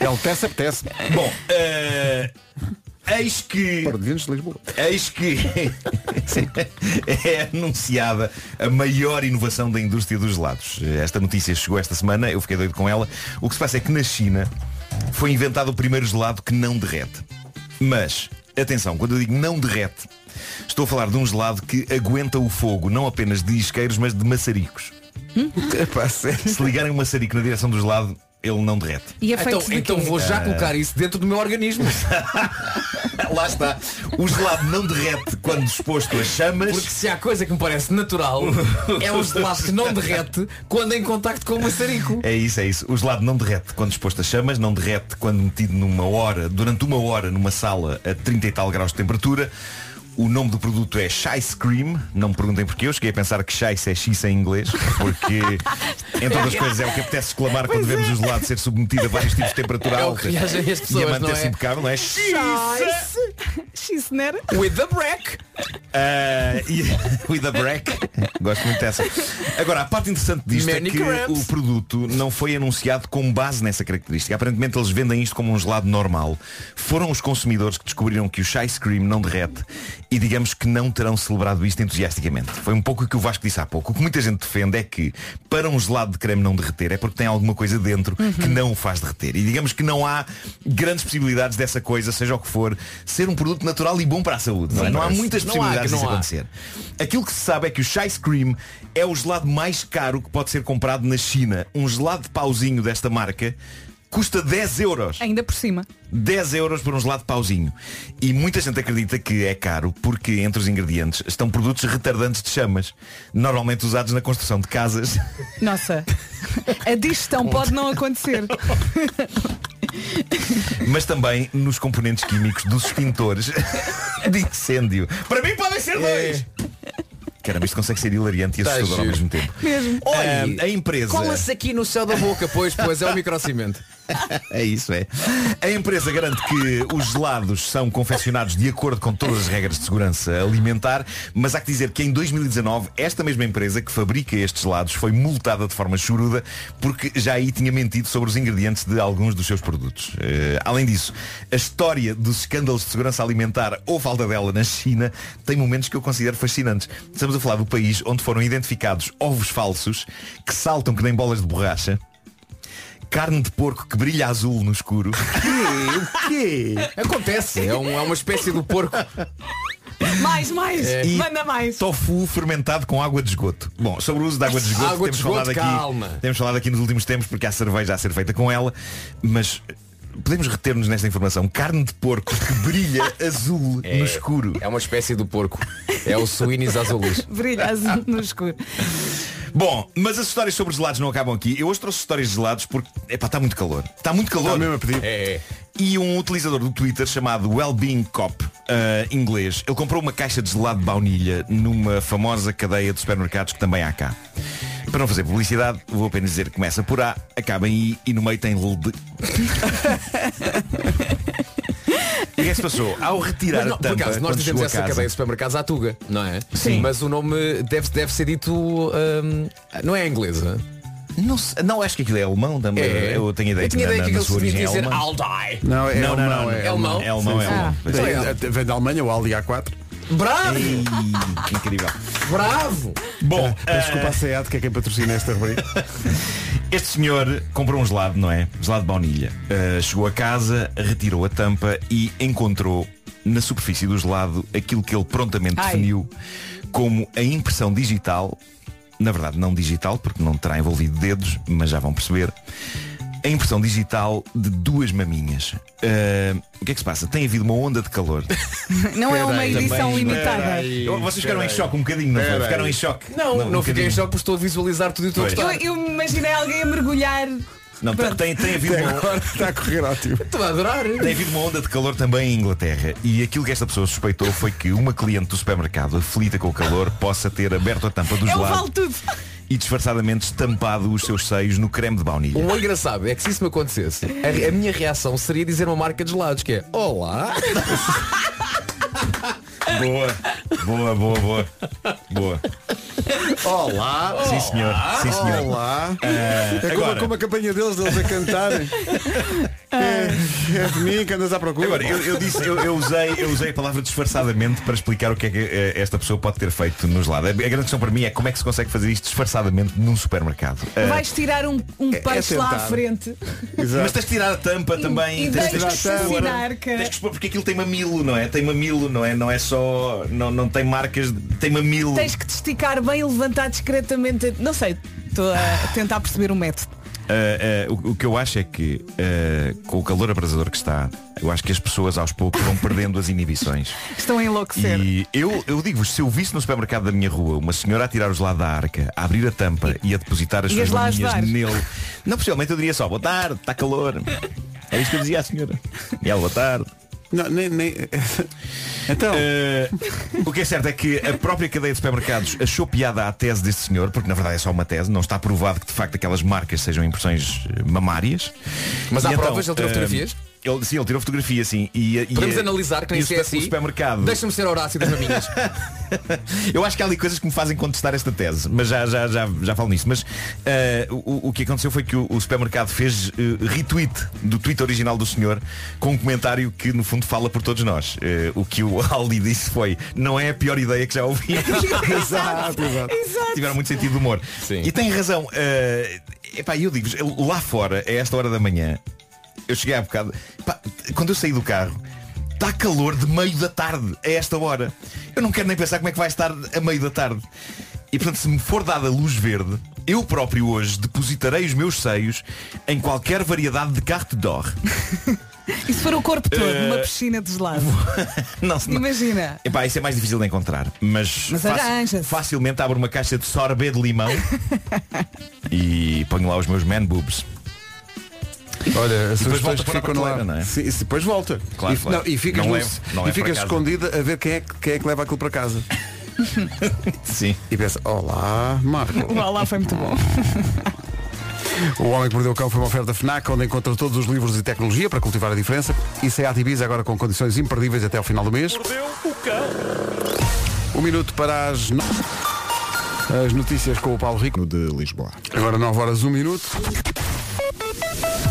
Speaker 1: Ele tece, apetece.
Speaker 8: Bom, eh, eis que.
Speaker 1: Perdidos de Lisboa.
Speaker 8: Eis que é anunciada a maior inovação da indústria dos gelados. Esta notícia chegou esta semana, eu fiquei doido com ela. O que se passa é que na China foi inventado o primeiro gelado que não derrete. Mas, atenção, quando eu digo não derrete, estou a falar de um gelado que aguenta o fogo, não apenas de isqueiros, mas de maçaricos.
Speaker 1: Epá, sério.
Speaker 8: Se ligarem o maçarico na direção do gelado, ele não derrete.
Speaker 3: E é feito
Speaker 4: Então,
Speaker 3: de
Speaker 4: então
Speaker 3: quê?
Speaker 4: vou já
Speaker 8: É.
Speaker 4: colocar isso dentro do meu organismo.
Speaker 8: Lá está. O gelado não derrete quando exposto a chamas.
Speaker 4: Porque se há coisa que me parece natural, é um gelado que não derrete quando é em contacto com o maçarico.
Speaker 8: É isso, é isso. O gelado não derrete quando exposto a chamas, não derrete quando metido numa hora, durante uma hora numa sala a 30 e tal graus de temperatura. O nome do produto é Shice Cream, não me perguntem porquê, eu cheguei a pensar que Shice é X em inglês,
Speaker 4: *laughs*
Speaker 8: porque entre outras coisas é o que apetece exclamar quando vemos o gelado ser submetido a vários tipos de temperatura
Speaker 4: É o que
Speaker 8: alta
Speaker 4: reagem as
Speaker 8: e
Speaker 4: pessoas,
Speaker 8: a
Speaker 4: não
Speaker 8: manter-se
Speaker 4: é?
Speaker 8: impecável, não é?
Speaker 3: Xisner.
Speaker 4: With the break.
Speaker 8: Ah, e- *laughs* with a break. Gosto muito dessa. Agora, a parte interessante disto é
Speaker 4: Many
Speaker 8: que
Speaker 4: crabs.
Speaker 8: o produto não foi anunciado com base nessa característica. Aparentemente eles vendem isto como um gelado normal. Foram os consumidores que descobriram que o Shy Cream não derrete e digamos que não terão celebrado isto entusiasticamente. Foi um pouco o que o Vasco disse há pouco. O que muita gente defende é que para um gelado de creme não derreter é porque tem alguma coisa dentro
Speaker 4: Uhum.
Speaker 8: que não o faz derreter. E digamos que não há grandes possibilidades dessa coisa, seja o que for, ser um produto natural e bom para a saúde. Não, é? Não há
Speaker 4: parece.
Speaker 8: muitas
Speaker 4: Não há
Speaker 8: possibilidades
Speaker 4: que não
Speaker 8: disso
Speaker 4: há.
Speaker 8: acontecer acontecer. Aquilo que se sabe é que o Chai Cream é o gelado mais caro que pode ser comprado na China. Um gelado de pauzinho desta marca custa 10 euros.
Speaker 3: Ainda por cima.
Speaker 8: 10 euros por um gelado de pauzinho. E muita gente acredita que é caro porque entre os ingredientes estão produtos retardantes de chamas, normalmente usados na construção de casas. *laughs*
Speaker 3: Nossa. A digestão pode não acontecer.
Speaker 8: mas também nos componentes químicos dos extintores *laughs* de incêndio. Para mim podem ser dois! Caramba, isto consegue ser hilariante e
Speaker 4: É. Tá
Speaker 8: assustador ao
Speaker 4: giro.
Speaker 8: mesmo tempo.
Speaker 4: Olha,
Speaker 8: Ah, a empresa.
Speaker 4: Cola-se aqui no céu da boca,
Speaker 8: *laughs*
Speaker 4: pois, pois é o microcimento.
Speaker 8: É isso, é. A empresa garante que os gelados são confeccionados de acordo com todas as regras de segurança alimentar, mas há que dizer que em 2019 esta mesma empresa que fabrica estes gelados foi multada de forma choruda porque já aí tinha mentido sobre os ingredientes de alguns dos seus produtos. Eh, além disso, a história dos escândalos de segurança alimentar ou falta dela na China tem momentos que eu considero fascinantes. Estamos a falar do país onde foram identificados ovos falsos que saltam que nem bolas de borracha carne de porco que brilha azul
Speaker 4: *laughs*
Speaker 8: no escuro. O quê?
Speaker 4: Acontece, é, um- é uma espécie do porco.
Speaker 3: Mais, mais.
Speaker 8: E
Speaker 3: Manda mais.
Speaker 8: Tofu fermentado com água de esgoto. Bom, sobre o uso da água de esgoto,
Speaker 4: Água de
Speaker 8: temos,
Speaker 4: esgoto,
Speaker 8: falado aqui,
Speaker 4: calma.
Speaker 8: temos falado aqui nos últimos tempos porque há cerveja a ser feita com ela, mas eh, podemos reter-nos nesta informação. Carne de porco que
Speaker 4: *laughs*
Speaker 8: brilha azul no escuro.
Speaker 4: É uma espécie do porco. É o suínis azulis.
Speaker 3: Brilha azul no escuro.
Speaker 8: Bom, mas as histórias sobre gelados não acabam aqui. Eu hoje trouxe histórias de gelados porque, epá, está muito calor. Está muito calor.
Speaker 1: Está mesmo a pedir.
Speaker 4: É, é.
Speaker 8: E um utilizador do Twitter chamado Wellbeing Cop, eh, inglês, ele comprou uma caixa de gelado de baunilha numa famosa cadeia de supermercados que também há cá. Para não fazer publicidade, vou apenas dizer que começa por A, acaba em I e no meio tem
Speaker 4: *laughs*
Speaker 8: L de... E o que é que se passou? Ao retirar
Speaker 4: Mas não,
Speaker 8: a
Speaker 4: por
Speaker 8: tampa,
Speaker 4: acaso, nós
Speaker 8: quando
Speaker 4: dizemos
Speaker 8: chegou a
Speaker 4: essa
Speaker 8: casa-
Speaker 4: cadeia de supermercados à Tuga, não é?
Speaker 8: Sim.
Speaker 4: Mas o nome deve, deve ser dito. hum, não é inglesa.
Speaker 8: Não, sei- não, acho que aquilo é alemão também.
Speaker 4: É.
Speaker 8: Eu tenho ideia
Speaker 4: Eu tinha
Speaker 8: que,
Speaker 4: ideia
Speaker 8: na,
Speaker 4: que
Speaker 8: na
Speaker 4: aquilo
Speaker 8: sua
Speaker 4: devia
Speaker 8: origem é
Speaker 4: dizer
Speaker 8: alemã.
Speaker 4: I'll die.
Speaker 1: Não, é
Speaker 8: Não, não,
Speaker 1: alemão,
Speaker 8: não,
Speaker 1: é
Speaker 8: é
Speaker 1: alemão.
Speaker 8: alemão. É alemão,
Speaker 4: Ah.
Speaker 8: é alemão.
Speaker 1: Sim, sim. Vem da Alemanha, o Audi A4.
Speaker 8: É
Speaker 4: *laughs* Bravo!
Speaker 8: Ih, que Incrível.
Speaker 4: Bravo!
Speaker 8: Bom,
Speaker 1: Eh,
Speaker 8: eh,
Speaker 1: Peço desculpa à SEAT, que é quem patrocina esta
Speaker 8: *laughs*
Speaker 1: rubrica.
Speaker 8: Este senhor comprou um gelado, não é? Gelado de baunilha. Uh, chegou a casa, retirou a tampa e encontrou na superfície do gelado aquilo que ele prontamente
Speaker 3: Ai.
Speaker 8: definiu como a impressão digital. Na verdade, não digital, porque não terá envolvido dedos, mas já vão perceber. A impressão digital de duas maminhas. Uh, o que é que se passa? Tem havido uma onda de calor.
Speaker 3: Não é uma
Speaker 4: Peraí,
Speaker 3: edição
Speaker 8: também-
Speaker 3: limitada.
Speaker 8: Eu- Vocês ficaram em choque um bocadinho, não foi?
Speaker 5: Peraí.
Speaker 8: Ficaram em choque.
Speaker 4: Não, não,
Speaker 8: um
Speaker 4: fiquei em
Speaker 8: bocadinho.
Speaker 4: choque porque estou a visualizar tudo e estou a
Speaker 8: Pois.
Speaker 3: Eu,
Speaker 4: gostar.
Speaker 3: eu me imaginei alguém a mergulhar.
Speaker 8: Não, tem- tem,
Speaker 4: *laughs*
Speaker 8: tem havido uma,
Speaker 1: Agora está a correr ótimo.
Speaker 4: Estou a adorar.
Speaker 8: Tem havido uma onda de calor também em Inglaterra e aquilo que esta pessoa suspeitou foi que uma cliente do supermercado aflita com o calor possa ter aberto a tampa do
Speaker 1: É
Speaker 3: Eu
Speaker 8: gelado
Speaker 3: valo tudo.
Speaker 8: e disfarçadamente estampado os seus seios no creme de baunilha.
Speaker 4: O engraçado é que se isso me acontecesse, a, a minha reação seria dizer uma marca de gelados, que é Olá!
Speaker 8: Boa, boa, boa, boa. Boa.
Speaker 1: Olá.
Speaker 8: Sim senhor, sim senhor.
Speaker 1: Olá.
Speaker 8: Eh,
Speaker 1: É como,
Speaker 8: agora,
Speaker 1: como a campanha deles, deles a
Speaker 4: *laughs*
Speaker 1: cantarem. É, é de mim que andas à procura.
Speaker 8: agora, eu, eu disse, eu, eu usei, eu usei a palavra disfarçadamente para explicar o que é que eh, esta pessoa pode ter feito no gelado. A a grande questão para mim é como é que se consegue fazer isto disfarçadamente num supermercado. Eh,
Speaker 3: Vais tirar um, um peixe lá à
Speaker 1: tentar.
Speaker 3: frente.
Speaker 8: Mas
Speaker 1: Exato.
Speaker 8: tens de tirar a tampa também.
Speaker 3: e
Speaker 8: tens
Speaker 3: deixas
Speaker 8: de expor.
Speaker 3: fascinar, cara.
Speaker 8: é? Tens de expor porque aquilo tem mamilo, não é? Tem mamilo, não é? Não é só. Não, não tem marcas. Tem mamilo.
Speaker 3: Tens que te esticar bem, levantar discretamente. Não sei, estou a tentar perceber o método.
Speaker 8: Ah, ah, o, o que eu acho é que ah, com o calor abrasador que está, eu acho que as pessoas aos poucos vão perdendo as inibições.
Speaker 3: *laughs* Estão a enlouquecer.
Speaker 8: E eu, eu digo-vos, se eu visse no supermercado da minha rua uma senhora a tirar os lá da arca, a abrir a tampa e a depositar as
Speaker 3: Ias
Speaker 8: suas
Speaker 3: lá
Speaker 8: bolinhas
Speaker 3: ajudar.
Speaker 8: nele, não possivelmente eu diria só, boa tarde,
Speaker 3: *laughs*
Speaker 8: está calor. É isto que eu dizia à senhora. E ela, boa tarde.
Speaker 1: Não, nem, nem... *laughs* Então,
Speaker 8: Eh, o que é certo é que a própria cadeia de supermercados achou piada à tese deste senhor, porque na verdade é só uma tese, não está provado que de facto aquelas marcas sejam impressões eh, mamárias.
Speaker 4: Mas
Speaker 8: E
Speaker 4: há provas? Ele tirou
Speaker 8: eh,
Speaker 4: fotografias?
Speaker 8: Ele, sim, ele tirou fotografia, sim. E, eh, e-
Speaker 4: Podemos
Speaker 8: e-
Speaker 4: analisar que
Speaker 8: e
Speaker 4: nem
Speaker 8: o
Speaker 4: se é
Speaker 8: super-
Speaker 4: assim.
Speaker 8: o supermercado.
Speaker 4: Deixa-me ser Horácio das maminhas.
Speaker 8: Eu acho que há ali coisas que me fazem contestar esta tese, mas já, já, já, já falo nisso. Mas eh, o, o que aconteceu foi que o, o supermercado fez eh, retweet do tweet original do senhor com um comentário que no fundo fala por todos nós. Eh, o que o *laughs* Aldi disse foi, não é a pior ideia que já
Speaker 1: *laughs*
Speaker 8: ouvi. *laughs*
Speaker 1: exato, exato.
Speaker 8: Tiveram muito sentido de humor.
Speaker 4: Sim.
Speaker 8: E tem razão. eh, epá, eu digo lá fora, a esta hora da manhã, eu cheguei há bocado. pá, quando eu saí do carro, está calor de meio da tarde a esta hora. Eu não quero nem pensar como é que vai estar a meio da tarde. E portanto, se me for dada luz verde, eu próprio hoje depositarei os meus seios em qualquer variedade de carte d'or. *laughs*
Speaker 3: E se for o corpo todo
Speaker 8: Eh,
Speaker 3: numa piscina de gelado?
Speaker 8: não, se não-
Speaker 3: Imagina.
Speaker 8: Epá, isso é mais difícil de encontrar. Mas,
Speaker 3: Mas
Speaker 8: faci-
Speaker 3: arranja-se.
Speaker 8: facilmente abro uma caixa de sorbet de limão e ponho lá os meus man boobs.
Speaker 1: Olha, as
Speaker 8: depois
Speaker 1: sugestões
Speaker 8: volta
Speaker 1: que
Speaker 8: para a
Speaker 1: ficam lá.
Speaker 8: prateleira, não é?
Speaker 1: Sim, isso depois volta.
Speaker 8: Claro,
Speaker 1: e,
Speaker 8: claro.
Speaker 1: Não, e ficas,
Speaker 8: Não
Speaker 1: no-
Speaker 8: levo, não
Speaker 1: e
Speaker 8: é para
Speaker 1: ficas
Speaker 8: casa.
Speaker 1: escondida a ver quem é, que- quem é que leva aquilo para casa.
Speaker 8: Sim.
Speaker 1: E pensa, olá,
Speaker 8: *laughs*
Speaker 1: Marco.
Speaker 3: Lá, lá foi muito bom.
Speaker 1: O Homem que Mordeu o Cão foi uma oferta FNAC, onde encontra todos os livros e tecnologia para cultivar a diferença. E sem Ibiza agora com condições imperdíveis até ao final do mês. Um minuto para as, no... as notícias com o Paulo Rico.
Speaker 5: No de Lisboa.
Speaker 1: Agora 9 horas, 1 minuto.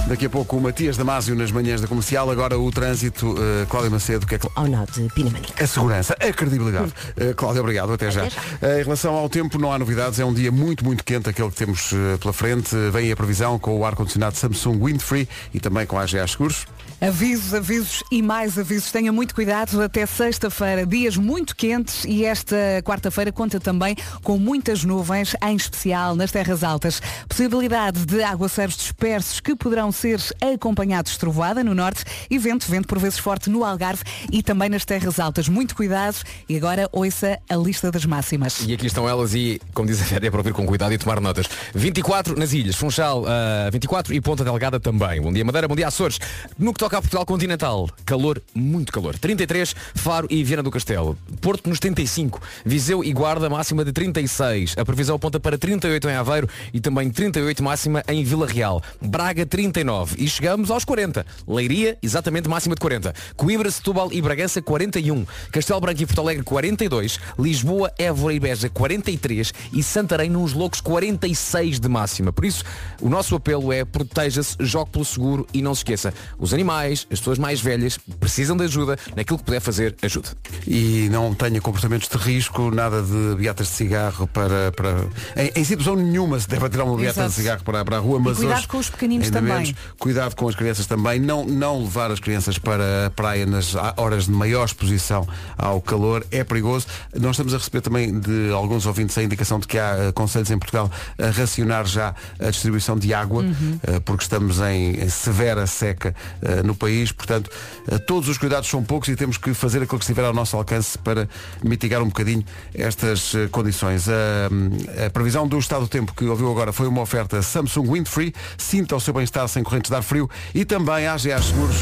Speaker 1: Daqui a pouco o Matias Damasio nas manhãs da comercial. Agora o trânsito, eh, Cláudio Macedo, que é que...
Speaker 2: Ao nó de Pinamanique.
Speaker 1: A segurança, a credibilidade. Eh, Cláudio, obrigado, até já.
Speaker 2: já.
Speaker 1: Eh, em relação ao tempo, não há novidades. É um dia muito, muito quente, aquele que temos eh, pela frente. Eh, vem a previsão com o ar-condicionado Samsung Windfree e também com a AGA Seguros.
Speaker 3: Avisos, avisos e mais avisos. Tenha muito cuidado até sexta-feira. Dias muito quentes e esta quarta-feira conta também com muitas nuvens, em especial nas terras altas. Possibilidade de aguaceiros dispersos que poderão ser acompanhados de trovoada no norte e vento, vento por vezes forte no Algarve e também nas terras altas. Muito cuidado e agora ouça a lista das máximas.
Speaker 4: *laughs* E aqui estão elas e, como diz a Vera, é para ouvir com cuidado e tomar notas. 24 nas ilhas, Funchal ah, 24 e Ponta Delgada também. Bom dia Madeira, bom dia Açores. No que toca a Portugal continental, calor, muito calor. 33, Faro e Viana do Castelo. Porto nos 35, Viseu e Guarda máxima de 36. A previsão aponta para 38 em Aveiro e também 38 máxima em Vila Real. Braga 39 e chegamos aos 40. Leiria, exatamente máxima de 40. Coimbra, Setúbal e Bragança 41. Castelo Branco e Porto Alegre 42. Lisboa, Évora e Beja 43. E Santarém nos loucos 46 de máxima. Por isso, o nosso apelo é proteja-se, jogue pelo seguro e não se esqueça. Os animais, as pessoas mais velhas, precisam de ajuda. Naquilo que puder fazer, ajude.
Speaker 1: E não tenha comportamentos de risco, nada de beatas de cigarro para. para... Em, em situação nenhuma se deve tirar uma beata
Speaker 3: Exato.
Speaker 1: de cigarro para, para a rua, mas
Speaker 3: cuidado
Speaker 1: hoje,
Speaker 3: com os pequeninos
Speaker 1: ainda
Speaker 3: também.
Speaker 1: menos. cuidado com as crianças também. Não, não levar as crianças para a praia nas a- horas de maior exposição ao calor é perigoso. Nós estamos a receber também de alguns ouvintes a indicação de que há eh, conselhos em Portugal a racionar já a distribuição de água,
Speaker 3: Uhum.
Speaker 1: eh, porque estamos em em severa seca eh, no país. Portanto, eh, todos os cuidados são poucos e temos que fazer aquilo que estiver ao nosso alcance para mitigar um bocadinho estas eh, condições. A, a previsão do estado do tempo que ouviu agora foi uma oferta Samsung Windfree. Sinta o seu bem-estar sem correntes de ar frio e também AGA Seguros.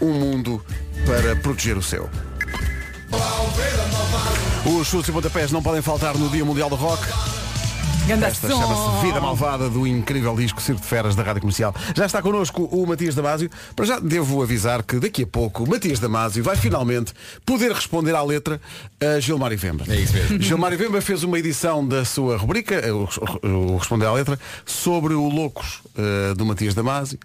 Speaker 1: Um mundo para proteger o seu. Os chutes e pontapés não podem faltar no Dia Mundial do Rock.
Speaker 3: Ganda
Speaker 1: Esta
Speaker 3: som.
Speaker 1: chama-se Vida Malvada do incrível disco Circo de Feras da Rádio Comercial. Já está connosco o Matias Damasio. Para já devo avisar que daqui a pouco o Matias Damasio vai finalmente poder responder à letra a Gilmar Ivemba. É
Speaker 4: isso
Speaker 1: *laughs*
Speaker 4: mesmo.
Speaker 1: Gilmar Ivemba fez uma edição da sua rubrica, eh, o res- o Responder à Letra, sobre o Loucos eh, do Matias Damasio.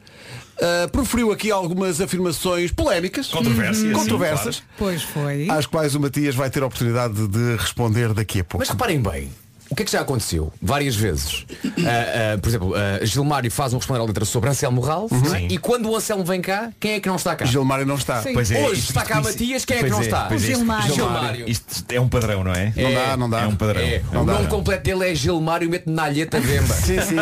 Speaker 1: Eh, proferiu aqui algumas afirmações polémicas, Uhum.
Speaker 8: Controvérsias, sim,
Speaker 1: controversas,
Speaker 3: Pois foi.
Speaker 1: às quais o Matias vai ter a oportunidade de responder daqui a pouco.
Speaker 4: Mas reparem bem, o que é que já aconteceu várias vezes? Ah, ah, por exemplo, ah, Gilmário faz um responder à letra sobre Anselmo Ralph não é? e quando o Anselmo vem cá, quem é que não está cá?
Speaker 1: Gilmário não está.
Speaker 3: Sim.
Speaker 8: Pois é,
Speaker 4: Hoje está cá
Speaker 8: isso-
Speaker 4: Matias, quem é que
Speaker 8: pois
Speaker 4: não está?
Speaker 8: pois isto-
Speaker 3: Gilmário.
Speaker 4: Gilmário.
Speaker 8: Isto é um padrão, não é?
Speaker 1: Não dá, não dá.
Speaker 8: É um padrão.
Speaker 4: É,
Speaker 8: Não
Speaker 4: o
Speaker 8: dá,
Speaker 4: nome
Speaker 8: não.
Speaker 4: completo dele é Gilmário Mete na Alheta Vemba.
Speaker 1: Sim, sim.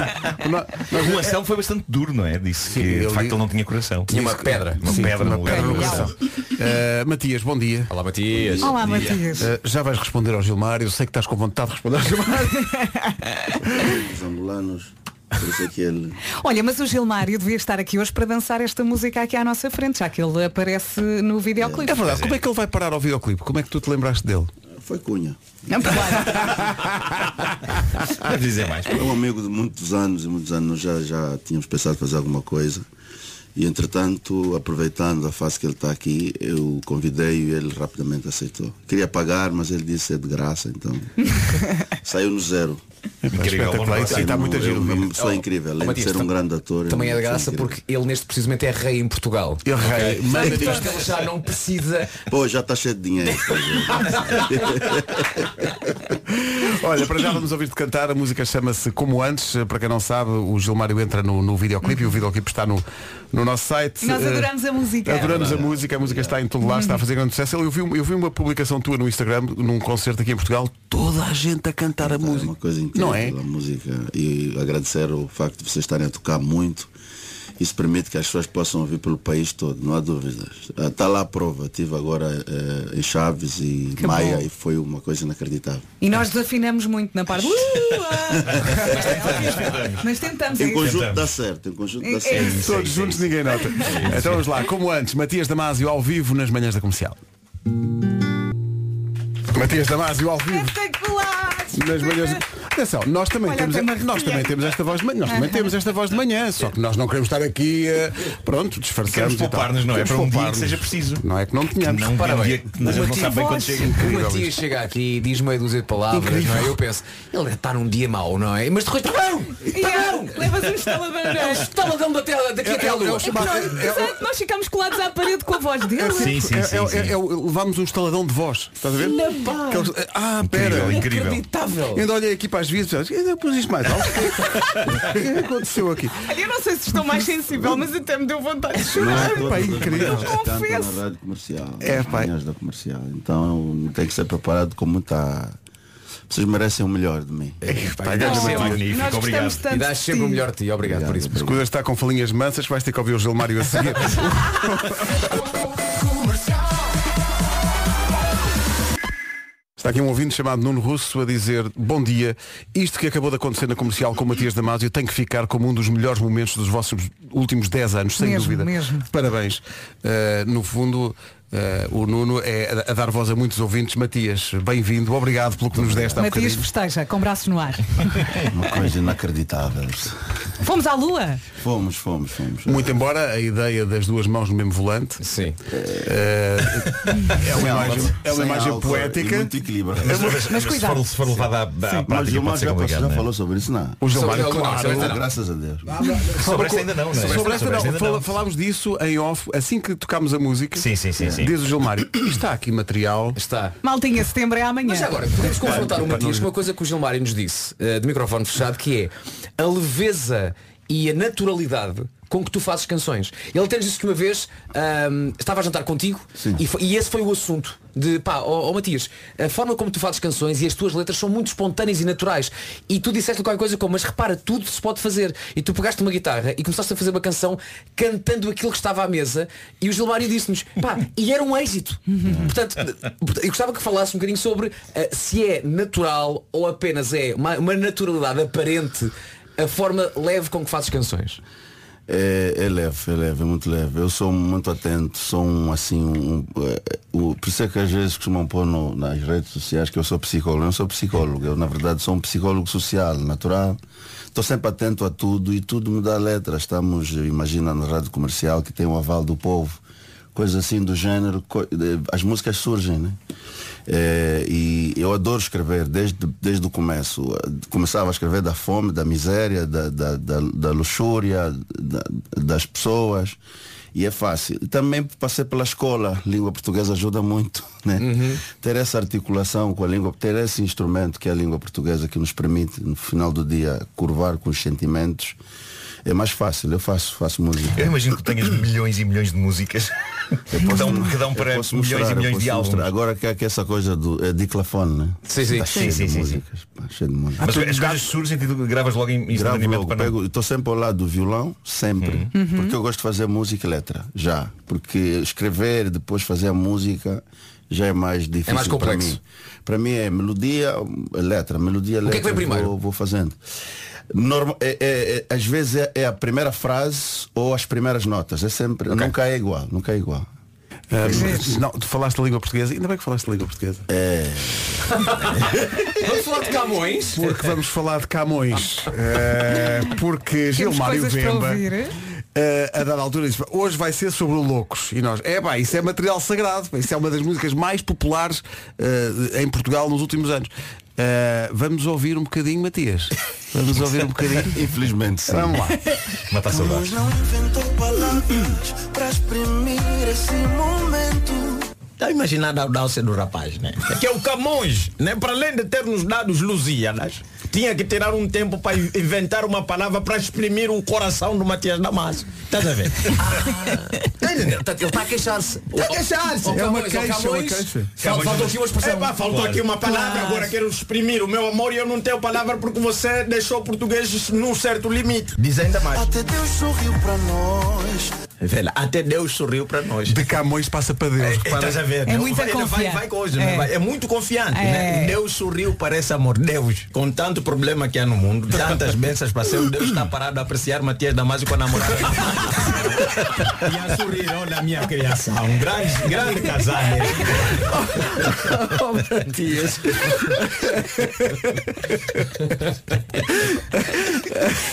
Speaker 1: Não-
Speaker 8: Mas o Anselmo foi bastante duro, não é? Disse que
Speaker 1: ele
Speaker 8: de facto
Speaker 1: diz-
Speaker 8: ele não tinha coração. *laughs*
Speaker 4: Tinha uma pedra.
Speaker 8: Uma
Speaker 1: Sim,
Speaker 8: pedra
Speaker 1: uma
Speaker 8: no lugar
Speaker 1: pedra
Speaker 8: do
Speaker 1: no coração. Uh, Matias, bom dia.
Speaker 4: Olá Matias.
Speaker 3: Olá, Matias.
Speaker 1: Uh, já vais responder ao Gilmar, eu sei que estás com vontade de responder ao Gilmar.
Speaker 7: Os angolanos, por isso é que ele.
Speaker 3: Olha, mas o Gilmário devia estar aqui hoje para dançar esta música aqui à nossa frente, já que ele aparece no videoclipe.
Speaker 1: É verdade, como é que ele vai parar ao videoclipe? Como é que tu te lembraste dele?
Speaker 7: Foi Cunha.
Speaker 3: Não, claro.
Speaker 8: Deve dizer mais.
Speaker 7: É um amigo de muitos anos e muitos anos. Nós já, já tínhamos pensado fazer alguma coisa. E entretanto, aproveitando a fase que ele está aqui, eu convidei e ele rapidamente aceitou. Queria pagar, mas ele disse é de graça, então. Saiu no zero.
Speaker 8: Incrível. bom
Speaker 1: espetacular,
Speaker 8: negócio.
Speaker 1: sim. está muito
Speaker 7: Eu-
Speaker 1: giro o
Speaker 7: Uma
Speaker 1: vídeo.
Speaker 7: pessoa incrível, além de
Speaker 4: Matias,
Speaker 7: ser um
Speaker 4: tam-
Speaker 7: grande ator. é
Speaker 4: Também é
Speaker 7: uma
Speaker 4: de
Speaker 7: pessoa
Speaker 4: graça
Speaker 7: incrível.
Speaker 4: porque ele neste precisamente é rei em Portugal.
Speaker 1: Eu rei, manda
Speaker 4: Portanto, ele já não precisa.
Speaker 7: Pô, já está cheio de dinheiro. tá
Speaker 1: Olha, para já vamos ouvir-te cantar, a música chama-se Como Antes, para quem não sabe, o Gilmário entra no, no videoclipe e o videoclipe está no, no nosso site.
Speaker 3: Nós
Speaker 1: Eh,
Speaker 3: adoramos a música.
Speaker 1: Adoramos a música, a música está em todo lado, está a fazer grande sucesso. Eu vi, eu vi uma publicação tua no Instagram, num concerto aqui em Portugal, toda a gente a cantar a
Speaker 7: É
Speaker 1: música.
Speaker 7: uma coisa incrível
Speaker 1: não é?
Speaker 7: a *laughs* música. E agradecer o facto de vocês estarem a tocar muito. Isso permite que as pessoas possam ouvir pelo país todo, não há dúvidas. Está lá a prova. Estive agora eh, em Chaves e
Speaker 3: Que
Speaker 7: Maia
Speaker 3: bom.
Speaker 7: e foi uma coisa inacreditável.
Speaker 3: E nós desafinamos muito na parte. Uh, ah. Mas tentamos. é
Speaker 7: Em
Speaker 3: isso.
Speaker 7: conjunto dá certo, em conjunto
Speaker 3: É
Speaker 7: dá certo.
Speaker 3: isso.
Speaker 1: Todos juntos ninguém nota.
Speaker 7: É
Speaker 1: Então vamos lá, como antes, Matias Damasio ao vivo nas manhãs da comercial. Matias Damasio ao vivo
Speaker 3: Espetacular!
Speaker 1: nas manhãs. Atenção, nós também,
Speaker 3: Olha,
Speaker 1: temos,
Speaker 3: até me arrepia.
Speaker 1: nós também temos esta voz de manhã. Nós também temos esta voz de manhã, só que nós não queremos estar aqui, eh, pronto, disfarçamos.
Speaker 8: Queremos
Speaker 1: e tal.
Speaker 8: poupar-nos, não é?
Speaker 1: Queremos
Speaker 8: Para um dia
Speaker 1: poupar-nos.
Speaker 8: que seja preciso.
Speaker 1: Não é que não tenhamos.
Speaker 8: Não,
Speaker 4: Para
Speaker 8: um
Speaker 4: bem.
Speaker 8: dia que a gente não sabe bem quando chega.
Speaker 4: O Matias chega aqui e diz meia dúzia de palavras, não é? Eu penso, ele deve estar num dia mau, não é? Mas depois, tá bom!
Speaker 3: E é, Levas um estalo de
Speaker 4: É um estaladão da tela- daqui até à lua.
Speaker 3: Exato, nós ficamos colados à parede com a voz dele.
Speaker 8: Sim, sim,
Speaker 1: É-
Speaker 8: sim.
Speaker 1: é-
Speaker 8: sim.
Speaker 1: é- é o- levámos um estaladão de voz, estás a ver? Aqueles- ah, pera.
Speaker 8: Incrível, incrível.
Speaker 4: Inacreditável!
Speaker 1: Eu ainda olhei aqui para as vias e pensei, eu pus isto mais alto. *laughs* O que é que aconteceu aqui?
Speaker 3: Eu não sei se estou mais sensível, mas até me deu vontade de
Speaker 7: Não
Speaker 3: chorar.
Speaker 7: é todas
Speaker 1: pá,
Speaker 7: as
Speaker 1: incrível.
Speaker 7: manhãs que canta
Speaker 3: Confesso.
Speaker 7: na rádio comercial.
Speaker 1: É,
Speaker 7: nas
Speaker 1: pá.
Speaker 7: manhãs da comercial. Então tem que ser preparado com muita. Vocês merecem o melhor de mim.
Speaker 1: Pá, grande
Speaker 8: Isso é
Speaker 1: Matias.
Speaker 8: magnífico,
Speaker 3: Nós
Speaker 8: obrigado.
Speaker 3: gostamos tanto.
Speaker 4: E dás
Speaker 3: de
Speaker 4: sempre
Speaker 3: ti.
Speaker 4: o melhor de ti, obrigado por isso.
Speaker 1: Se Coisas está com falinhas mansas, vais ter que ouvir o Gilmário a seguir. Está aqui um ouvinte chamado Nuno Russo a dizer Bom dia, isto que acabou de acontecer na comercial com o Matias Damasio tem que ficar como um dos melhores momentos dos vossos últimos 10 anos, sem
Speaker 3: Mesmo,
Speaker 1: dúvida.
Speaker 3: mesmo.
Speaker 1: Parabéns. Uh, no fundo, uh, o Nuno é a- a dar voz a muitos ouvintes. Matias, bem-vindo, obrigado pelo que nos deste
Speaker 4: um
Speaker 1: há
Speaker 3: Matias
Speaker 1: bocadinho.
Speaker 3: festeja, com braços no ar.
Speaker 7: Uma coisa inacreditável.
Speaker 3: Fomos à lua?
Speaker 7: Fomos, fomos, fomos.
Speaker 1: Muito embora a ideia das duas mãos no mesmo volante
Speaker 4: Sim.
Speaker 1: É uma
Speaker 7: Sem
Speaker 1: imagem,
Speaker 7: álcool,
Speaker 1: é uma
Speaker 7: sem
Speaker 1: imagem
Speaker 7: álcool
Speaker 1: poética. É
Speaker 7: e Muito equilíbrio.
Speaker 8: Mas, mas- mas se,
Speaker 3: cuidado.
Speaker 8: for, se for levado à, à
Speaker 7: Mas o
Speaker 8: prática,
Speaker 7: Gilmar
Speaker 8: pode ser
Speaker 7: já, passou,
Speaker 8: complicado.
Speaker 7: já
Speaker 8: não é?
Speaker 7: falou sobre isso, não?
Speaker 1: O Gilmário,
Speaker 4: Sobre-
Speaker 1: claro.
Speaker 4: sobre-
Speaker 7: Graças a Deus.
Speaker 8: Sobre esta ainda não, não é?
Speaker 1: Sobre esta não,
Speaker 8: ainda
Speaker 1: fala- falámos disso em off, assim que tocámos a música.
Speaker 8: Sim, sim, sim, sim.
Speaker 1: Diz o Gilmário, *clears throat* está aqui material.
Speaker 4: Está.
Speaker 3: Maltinha, setembro é amanhã.
Speaker 4: Mas agora, podemos confrontar o Matias com uma coisa que o Gilmário nos disse, eh, de microfone fechado, que é a leveza e a naturalidade com que tu fazes canções. Ele até nos disse que uma vez ahm, estava a jantar contigo e, foi- e esse foi o assunto de pá, ó ó, Matias, a forma como tu fazes canções e as tuas letras são muito espontâneas e naturais. E tu disseste qualquer coisa como, mas repara, tudo se pode fazer. E tu pegaste uma guitarra e começaste a fazer uma canção cantando aquilo que estava à mesa e o Gilmário disse-nos, pá, e era um êxito. Portanto, eu gostava que falasse um bocadinho sobre eh, se é natural ou apenas é uma, uma naturalidade aparente a forma leve com que fazes canções.
Speaker 7: É, é leve, é leve, é muito leve. Eu sou muito atento, sou um assim, um, eh, o, por isso é que às vezes costumam pôr no- nas redes sociais que eu sou psicólogo. Eu não sou psicólogo, eu na verdade sou um psicólogo social, natural. Estou sempre atento a tudo e tudo me dá letra. Estamos, eh, imagina, na rádio comercial que tem o aval do povo. Coisas assim do género, co- de- as músicas surgem, né? Eh, e eu adoro escrever desde, desde o começo. Eh, Começava a escrever da fome, da miséria, da, da, da, da luxúria, da- das pessoas. E é fácil. E também passei pela escola, língua portuguesa ajuda muito, *laughs* né? Ter essa articulação com a língua, ter esse instrumento que é a língua portuguesa que nos permite, no final do dia, curvar com os sentimentos, é mais fácil. Eu faço, faço música.
Speaker 8: Eu imagino que tenhas milhões e milhões de músicas. Cada um, cada um
Speaker 7: Eu
Speaker 8: para milhões
Speaker 7: posso mostrar,
Speaker 8: e
Speaker 7: eu
Speaker 8: milhões
Speaker 7: posso
Speaker 8: de álbuns.
Speaker 7: mostrar. Agora que há aqui essa coisa do é, diclafone, né?
Speaker 4: Sim, sim.
Speaker 7: Tá cheio
Speaker 8: Sim,
Speaker 7: de
Speaker 8: sim, sim, sim.
Speaker 7: músicas. pá, cheio de músicas.
Speaker 8: Mas é as coisas surgem e tu gravas logo em
Speaker 7: Gravo
Speaker 8: instantaneamente
Speaker 7: logo,
Speaker 8: para não.
Speaker 7: pego, estou sempre ao lado do violão, sempre. Porque eu gosto de fazer música e letra, já. Porque escrever e depois fazer a música já é mais difícil.
Speaker 4: mais complexo.
Speaker 7: Para mim. Para mim é melodia, letra, melodia, letra.
Speaker 4: que é que vem primeiro?
Speaker 7: Vou, vou fazendo. Norma, é- é- é- às vezes é, é a primeira frase ou as primeiras notas. É sempre. Nunca é igual, nunca é igual.
Speaker 1: Ah, não, tu falaste da língua portuguesa, ainda bem que falaste da língua portuguesa.
Speaker 4: Vamos falar de Camões?
Speaker 1: Porque vamos falar de
Speaker 3: *laughs*
Speaker 1: Camões. Eh, porque Gilmário
Speaker 3: coisas para
Speaker 1: Vemba.
Speaker 3: ouvir, eh?
Speaker 1: eh, a dada altura disse, hoje vai ser sobre o Loucos e nós, é pá, isso é material sagrado pá, isso é uma das músicas mais populares eh, em Portugal nos últimos anos Eh, vamos ouvir um bocadinho Matias vamos ouvir um
Speaker 3: *laughs*
Speaker 1: bocadinho
Speaker 7: Infelizmente sim.
Speaker 1: vamos lá
Speaker 3: Então,
Speaker 8: Mata a saudade.
Speaker 9: Não inventou palavras para exprimir esse momento.
Speaker 10: Está a imaginar Tá a audácia do rapaz, né? É Que é o Camões, né? Para além de ter nos dado os Lusíadas, tinha que tirar um tempo para inventar uma palavra para exprimir o coração do Matias Damasio. Estás a ver? *laughs* Tá entendendo?
Speaker 4: Ele está a queixar-se.
Speaker 10: Tá a queixar-se.
Speaker 1: É uma
Speaker 4: Camões,
Speaker 1: queixa,
Speaker 4: ó, Camões.
Speaker 1: é uma queixa.
Speaker 4: Fal- Faltou aqui uma expressão.
Speaker 10: Epá, faltou aqui uma palavra, agora quero exprimir o meu amor e eu não tenho palavra porque você deixou o português num certo limite. Diz ainda mais.
Speaker 9: Até Deus sorriu para nós.
Speaker 10: Velho, É até Deus sorriu para nós.
Speaker 1: de Camões passa para Deus repara.
Speaker 10: Estás a ver?
Speaker 3: É
Speaker 10: né?
Speaker 3: muita
Speaker 10: Ele vai,
Speaker 3: confiança.
Speaker 10: vai coisa,
Speaker 3: É.
Speaker 10: né? Vai- é. muito confiante.
Speaker 3: É.
Speaker 10: Né? Deus sorriu para esse amor. Deus, com tanto problema que há no mundo, tantas bênçãos para ser, Deus está parado a apreciar Matias Damasio com a namorada. e a sorrir, olha a minha criação. Um grande, grande casal. mesmo.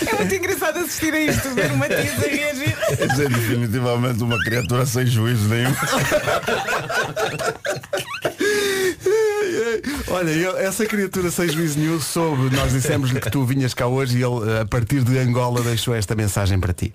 Speaker 3: É muito engraçado assistir a isto, ver
Speaker 1: *laughs*
Speaker 3: o Matias a reagir.
Speaker 7: Essa é definitivamente uma criatura sem juízo nenhum.
Speaker 1: Olha, eu- essa criatura sem juízo nenhum soube, nós dissemos-lhe que tu vinhas cá hoje e ele, eh, a partir de Angola, deixou esta mensagem para ti.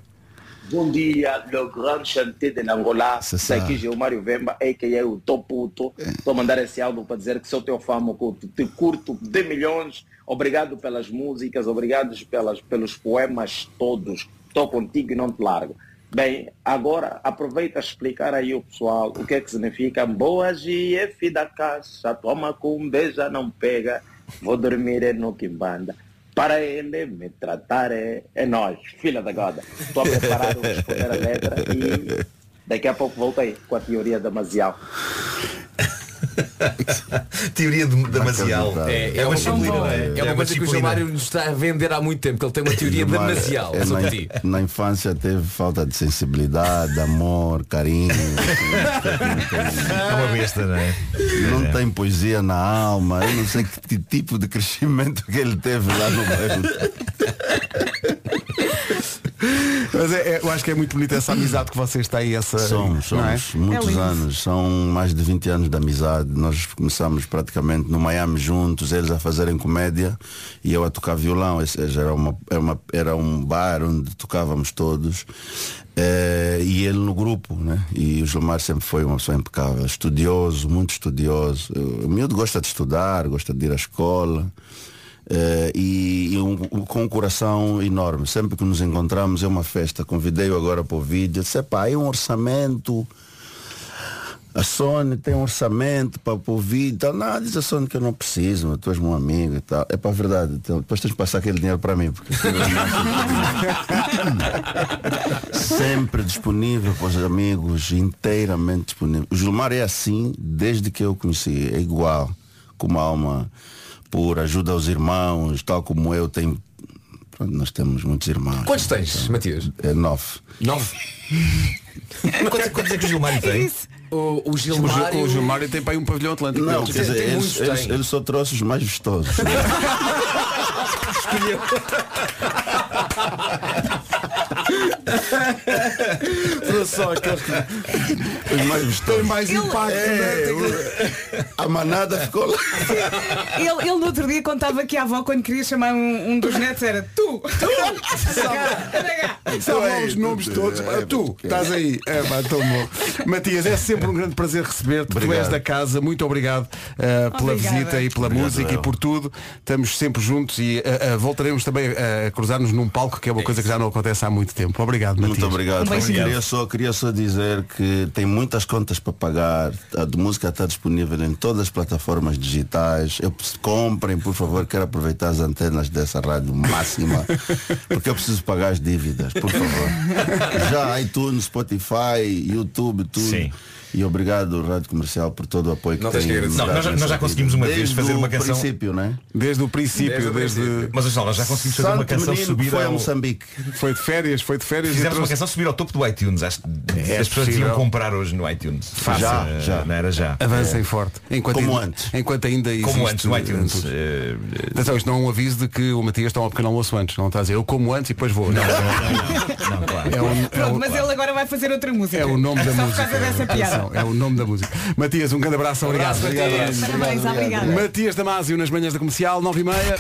Speaker 9: Bom dia, meu grande chanté de Angola.
Speaker 7: C'est
Speaker 9: Isso
Speaker 7: ça. É.
Speaker 9: aqui Gilmário Vemba, a.k.a. o Tô Puto. Estou a mandar esse álbum para dizer que sou teu fã, meu culto. Te curto de milhões. Obrigado pelas músicas, obrigado pelas, pelos poemas todos. Estou contigo e não te largo. Bem, agora aproveita a explicar aí o pessoal o que é que significa Boa GF da caixa, toma com um beija, não pega, vou dormir é no Quimbanda. Para ele me tratar é, é nós, filha da goda. Estou a preparar o responder a letra e daqui a pouco volto aí com a teoria da Mazial.
Speaker 8: Teoria de, da Mazial.
Speaker 7: acreditar.
Speaker 4: É, é uma,
Speaker 8: disciplina, não
Speaker 10: né?
Speaker 4: é uma coisa que o João
Speaker 8: disciplina.
Speaker 4: Mário nos está a vender há muito tempo, que ele tem uma teoria
Speaker 7: Gilmar,
Speaker 4: demasiado
Speaker 7: é,
Speaker 4: sobre ti.
Speaker 7: na, na infância teve falta de sensibilidade, amor, carinho.
Speaker 8: É uma besta, não
Speaker 10: né?
Speaker 8: é?
Speaker 7: não tem poesia na alma. Eu não sei que ti- tipo de crescimento que ele teve lá no bairro.
Speaker 1: Mas é- é- eu acho que é muito bonita essa amizade que vocês têm, essa.
Speaker 7: Somos,
Speaker 1: não é?
Speaker 7: somos muitos
Speaker 3: lindo.
Speaker 7: anos. São mais de 20 anos de amizade. Nós começamos praticamente no Miami juntos, eles a fazerem comédia e eu a tocar violão. Ou seja, era, uma, era, uma- era um bar onde tocávamos todos. Eh, e ele no grupo, né? E o Gilmar sempre foi uma pessoa impecável, estudioso, muito estudioso. O miúdo gosta de estudar, gosta de ir à escola. Eh, e e um- um- com um coração enorme. Sempre que nos encontramos é uma festa. Convidei-o agora para o vídeo. Disse, pá, é um orçamento. A Sony tem um orçamento para o vídeo e tal. Não, diz a Sony que eu não preciso, mas tu és meu amigo e tal. É para a verdade. Então, depois tens de passar aquele dinheiro para mim. Porque... um *laughs* Sempre disponível para os amigos, inteiramente disponível. O Gilmar é assim desde que eu o conheci, é igual, com uma alma pura, ajuda aos irmãos, tal como eu tenho. Pronto, nós temos muitos irmãos.
Speaker 4: Quantos tens, Matias?
Speaker 7: É nove.
Speaker 4: Nove.
Speaker 8: Quantos, quantos é que o Gilmário tem?
Speaker 4: O, o
Speaker 1: O, Gil-
Speaker 4: Gilmário.
Speaker 1: o Gilmário tem para aí um pavilhão atlântico.
Speaker 7: Não, quer dizer,
Speaker 4: tem
Speaker 7: ele,
Speaker 4: muitos,
Speaker 7: ele-
Speaker 4: tem.
Speaker 7: ele só trouxe os mais vistosos. né? Para só aqueles que os mais
Speaker 1: Tem mais
Speaker 3: Ele-
Speaker 1: impacto,
Speaker 4: É,
Speaker 1: né? Tem que-
Speaker 7: A manada ficou lá.
Speaker 3: Ele, ele no outro dia contava que a avó quando queria chamar um, um dos netos era tu, tu, *laughs*
Speaker 1: Sabe
Speaker 4: é,
Speaker 1: lá os nomes todos. Ah, tu, estás aí. É, pá, tão bom. Matias, é sempre um grande prazer receber-te. Tu
Speaker 7: Obrigado.
Speaker 1: és da casa. Muito obrigado ah, pela
Speaker 3: Obrigada.
Speaker 1: visita e pela
Speaker 7: Obrigado,
Speaker 1: música
Speaker 7: eu.
Speaker 1: e por tudo. Estamos sempre juntos e ah, ah, voltaremos também ah, a cruzar-nos num palco, que é uma coisa que já não acontece há muito tempo. Obrigado, Matias.
Speaker 7: Muito obrigado.
Speaker 3: Um beijinho.
Speaker 7: queria, só, queria só dizer que tem muitas contas para pagar. A de música está disponível em todas as plataformas digitais. Eu, preciso- comprem, por favor, quero aproveitar as antenas dessa rádio
Speaker 8: *laughs*
Speaker 7: máxima. porque eu preciso pagar as dívidas, por favor. Já iTunes, Spotify, YouTube, tudo.
Speaker 8: Sim.
Speaker 7: E obrigado, Rádio Comercial, por todo o apoio que
Speaker 4: Não tens
Speaker 7: tem.
Speaker 4: que agradecer.
Speaker 8: Não, nós já- nós já conseguimos uma vez
Speaker 7: Desde
Speaker 8: fazer
Speaker 7: o
Speaker 8: uma canção-
Speaker 7: princípio, né?
Speaker 1: Desde o princípio,
Speaker 4: Desde o
Speaker 1: desde.
Speaker 4: princípio.
Speaker 8: Mas olha, nós já conseguimos fazer uma
Speaker 7: Santo
Speaker 8: canção
Speaker 7: menino que
Speaker 8: subir
Speaker 7: foi um a
Speaker 8: ao...
Speaker 7: Moçambique.
Speaker 1: Foi de férias, foi de férias e
Speaker 8: Fizemos uma
Speaker 1: trouxe. É
Speaker 8: canção subir ao topo do iTunes. Acho que as pessoas
Speaker 1: possível.
Speaker 8: iam comprar hoje no iTunes.
Speaker 7: Fácil.
Speaker 8: Já, já. Não era já.
Speaker 1: Avancem forte. Enquanto
Speaker 7: Como
Speaker 1: ainda,
Speaker 7: antes.
Speaker 1: Enquanto ainda
Speaker 8: Como
Speaker 1: existe,
Speaker 8: antes no iTunes.
Speaker 1: eh, tudo.
Speaker 8: Eh,
Speaker 1: Atenção, isto não é um aviso de que o Matias toma um pequeno almoço antes. Não está a dizer eu como antes e depois vou. Não,
Speaker 8: não, não, claro.
Speaker 1: é
Speaker 8: *laughs*
Speaker 1: um- é
Speaker 3: Pronto,
Speaker 1: um-
Speaker 3: mas ele agora vai fazer outra música.
Speaker 1: É o nome da
Speaker 3: Só
Speaker 1: música.
Speaker 3: por causa dessa piada.
Speaker 1: Atenção, é o nome da música. Matias, um grande abraço, obrigado.
Speaker 3: Parabéns, obrigada.
Speaker 1: Matias Damasio nas manhãs da comercial, 9 e meia.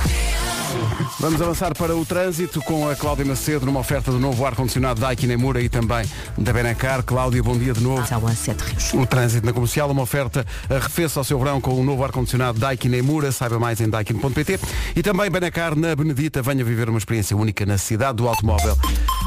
Speaker 1: Vamos avançar para o trânsito com a Cláudia Macedo numa oferta do novo ar-condicionado da Nemura e também da Benacar. Cláudia, bom dia de novo.
Speaker 2: São a sete rios.
Speaker 1: O trânsito na comercial, uma oferta arrefeça ao seu verão com o novo ar-condicionado Daikin Emura. Saiba mais em daikin.pt e também Benacar na Benedita. Venha viver uma experiência única na cidade do automóvel.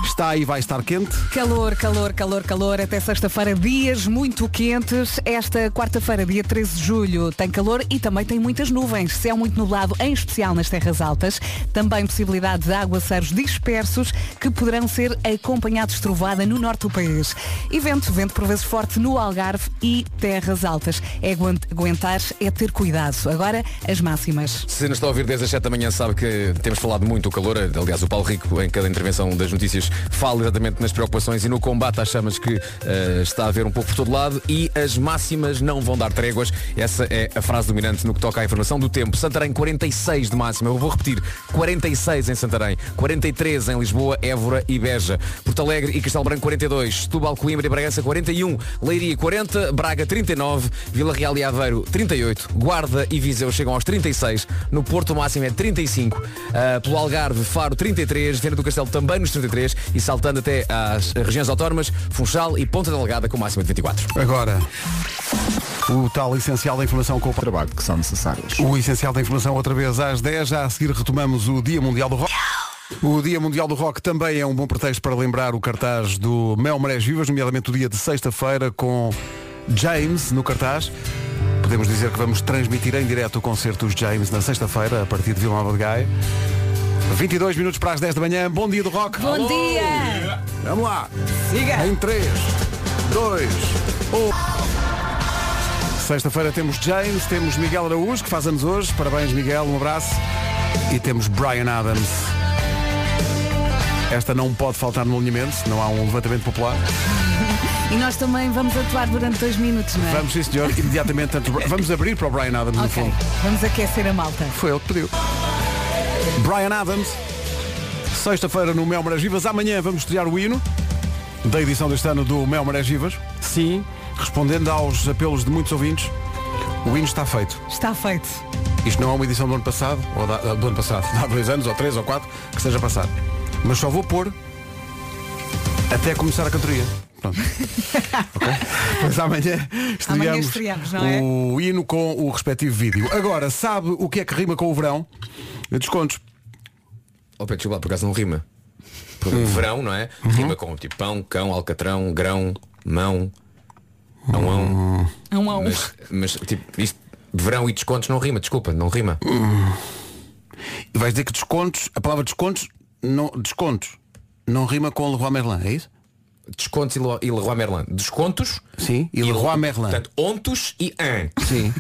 Speaker 1: Está e vai estar quente.
Speaker 3: Calor, calor, calor, calor. Até sexta-feira, dias muito quentes. Esta quarta-feira, dia 13 de julho, tem calor e também tem muitas nuvens. Céu muito nublado, em especial nas terras altas. Também possibilidade de aguaceiros dispersos que poderão ser acompanhados de trovada no norte do país. E vento, vento por vezes forte no Algarve e terras altas. É aguant- aguentar, é ter cuidado. Agora, as máximas.
Speaker 4: Se nos está a ouvir desde as 7 da manhã sabe que temos falado muito do calor. Aliás, o Paulo Rico, em cada intervenção das notícias, fala exatamente nas preocupações e no combate às chamas que eh, está a haver um pouco por todo lado e as máximas não vão dar tréguas. Essa é a frase dominante no que toca à informação do tempo. Santarém 46 de máxima. Eu vou repetir, 46 em Santarém, 43 em Lisboa, É Évora e Beja. Porto Alegre e Castelo Branco 42, Setúbal, Coimbra e Bragança 41, Leiria 40, Braga 39, Vila Real e Aveiro 38, Guarda e Viseu chegam aos 36, no Porto o máximo é 35, ah, pelo Algarve Faro 33, Viana do Castelo também nos 33 e saltando até às regiões autónomas, Funchal e Ponta Delgada com máximo de 24.
Speaker 1: Agora, o tal essencial da informação com o Paulo.
Speaker 5: Trabalho que são necessários.
Speaker 1: O essencial da informação outra vez às 10, já a seguir retomamos o Dia Mundial do Rock. O Dia Mundial do Rock também é um bom pretexto para lembrar o cartaz do Mel Marés Vivas, nomeadamente o dia de sexta-feira com James no cartaz. Podemos dizer que vamos transmitir em direto o concerto dos James na sexta-feira, a partir de Vila Nova de Gaia. 22 minutos para as 10 da manhã. Bom dia do rock.
Speaker 3: Bom dia!
Speaker 1: Vamos lá.
Speaker 3: Siga!
Speaker 1: Em 3, 2, 1. Sexta-feira temos James, temos Miguel Araújo, que faz anos hoje. Parabéns, Miguel, um abraço. E temos Brian Adams. Esta não pode faltar no alinhamento, não há um levantamento popular.
Speaker 3: E nós também vamos atuar durante dois minutos, não é?
Speaker 1: Vamos, sim, senhor, imediatamente. tanto- Vamos abrir para o Brian Adams, no
Speaker 3: Ok,
Speaker 1: fundo.
Speaker 3: vamos aquecer a malta.
Speaker 1: Foi ele que pediu. Brian Adams, sexta-feira no Mel Marés Vivas. Amanhã vamos estrear o hino da edição deste ano do Mel Marés Vivas. Sim, respondendo aos apelos de muitos ouvintes, o hino está feito.
Speaker 3: Está feito.
Speaker 1: Isto não é uma edição do ano passado, ou da- do ano passado, *laughs* há dois anos, ou três, ou quatro, que esteja a passar. Mas só vou pôr até começar a cantoria.
Speaker 3: *laughs*
Speaker 1: Pronto. Ok? Pois amanhã estreamos,
Speaker 3: Amanhã estreamos, não é?
Speaker 1: o hino com o respectivo vídeo. Agora, sabe o que é que rima com o verão? Descontos.
Speaker 4: Ó Oh, Pedro, desculpa, lá, por acaso não rima. Porque verão, não é? Rima com tipo pão, cão, alcatrão, grão, mão, ão, ão.
Speaker 3: É um a um.
Speaker 4: Mas, mas tipo, isto, verão e descontos não rima, desculpa, não rima.
Speaker 1: E vais dizer que descontos, a palavra descontos, não, descontos, não rima com Leroy Merlin, é isso?
Speaker 4: Descontos e Lo- e Leroy Merlin. Descontos
Speaker 1: Sim, e Leroy Merlin.
Speaker 4: Portanto, ontos e an.
Speaker 1: Sim.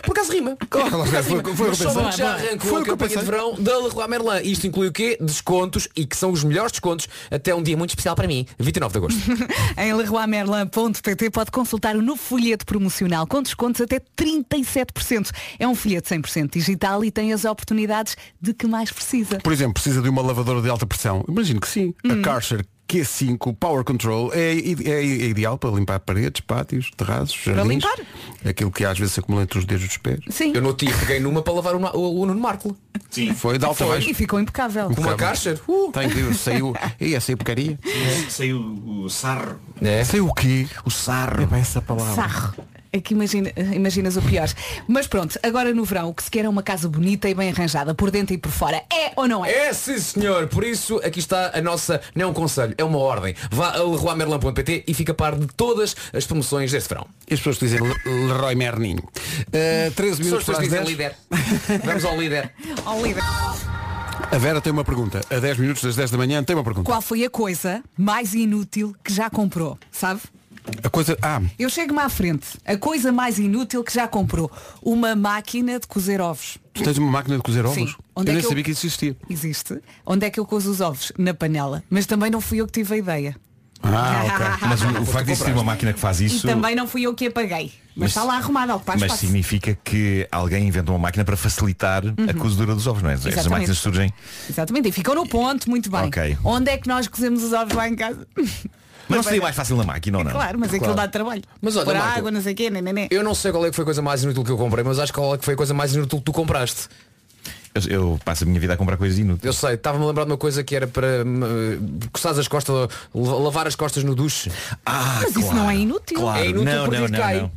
Speaker 4: Por acaso rima.
Speaker 1: claro,
Speaker 4: Por acaso
Speaker 1: foi-
Speaker 4: rima.
Speaker 1: foi o
Speaker 4: Mas
Speaker 1: que eu pensei.
Speaker 4: só porque já arrancou
Speaker 1: Foi o
Speaker 4: a
Speaker 1: que eu
Speaker 4: campanha de
Speaker 1: pensei.
Speaker 4: verão da Leroy Merlin. Isto inclui o quê? Descontos e que são os melhores descontos até um dia muito especial para mim, 29 de agosto.
Speaker 1: *laughs*
Speaker 3: Em leroymerlin.pt pode consultar o novo folheto promocional com descontos até 37%. É um folheto 100% digital e tem as oportunidades de que mais precisa. Hum.
Speaker 1: Por exemplo, precisa de uma lavadora de alta pressão. Imagino que sim. A Karcher Q5 Power Control é, i- é i- é ideal para limpar paredes, pátios, terraços, jardins. Aquilo que às vezes se acumula entre os dedos dos pés.
Speaker 3: Sim.
Speaker 4: Eu no outro dia peguei numa para lavar o, Na- o, o Nuno Marco.
Speaker 8: Sim.
Speaker 1: Foi de alta
Speaker 3: Foi.
Speaker 1: baixo.
Speaker 3: E ficou impecável.
Speaker 4: Com uma caixa. Uh.
Speaker 1: Tem que
Speaker 3: *laughs*
Speaker 1: saiu. E essa porcaria.
Speaker 8: Saiu o sarro.
Speaker 4: É.
Speaker 1: Saiu o quê?
Speaker 8: O sarro.
Speaker 1: É bem essa palavra.
Speaker 3: Sarro. É que imagina, imaginas o pior. Mas pronto, agora no verão, o que se quer é uma casa bonita e bem arranjada, por dentro e por fora. É ou não é?
Speaker 4: É sim senhor, por isso aqui está a nossa, não é um conselho, é uma ordem. Vá a leroymerlin.pt e fica a par de todas as promoções deste verão.
Speaker 1: E as pessoas que dizem Le- Leroy Merninho. Uh, 13
Speaker 4: São as
Speaker 1: minutos
Speaker 4: pessoas
Speaker 1: para
Speaker 4: que
Speaker 1: as
Speaker 4: dizem
Speaker 1: 10.
Speaker 4: líder. Vamos ao líder.
Speaker 3: Ó, líder.
Speaker 1: A Vera tem uma pergunta. A 10 minutos das 10 da manhã tem uma pergunta.
Speaker 3: Qual foi a coisa mais inútil que já comprou? Sabe?
Speaker 1: A coisa. Ah,
Speaker 3: Eu chego-me à frente. A coisa mais inútil que já comprou. Uma máquina de cozer ovos.
Speaker 1: tu tens uma máquina de cozer ovos?
Speaker 3: Sim. Onde
Speaker 1: eu
Speaker 3: é
Speaker 1: nem
Speaker 3: que eu-
Speaker 1: sabia que isso existia.
Speaker 3: Existe. Onde é que eu cozo os ovos? Na panela. Mas também não fui eu que tive a ideia.
Speaker 1: Ah, ok.
Speaker 8: Mas o, o facto de existir uma máquina que faz isso.
Speaker 3: E também não fui eu que apaguei. Mas, está lá arrumada, ao que faz
Speaker 8: Mas significa que alguém inventou uma máquina para facilitar a cozedura dos ovos, não é? Essas
Speaker 3: Uhum. Exatamente.
Speaker 8: máquinas surgem.
Speaker 3: Exatamente. E ficou no ponto, muito bem.
Speaker 8: Ok.
Speaker 3: Onde é que nós cozemos os ovos lá em casa? *laughs*
Speaker 8: Mas não seria mais fácil na máquina ou não?
Speaker 3: É Claro, mas aquilo dá trabalho.
Speaker 4: Mas olha,
Speaker 3: Por
Speaker 4: Marco,
Speaker 3: água, não sei o quê, né, neném.
Speaker 4: Eu não sei qual é que foi a coisa mais inútil que eu comprei, mas acho que qual é que foi a coisa mais inútil que tu compraste.
Speaker 8: Eu, eu passo a minha vida a comprar coisas
Speaker 4: Eu
Speaker 8: inúteis.
Speaker 4: sei, estava-me a lembrar de uma coisa que era para uh, coçar as costas, la- lavar as costas no duche.
Speaker 8: Ah,
Speaker 3: Mas isso não é inútil.
Speaker 8: Claro.
Speaker 4: É inútil
Speaker 8: não,
Speaker 4: porque
Speaker 8: não, não,
Speaker 4: cai.
Speaker 8: não.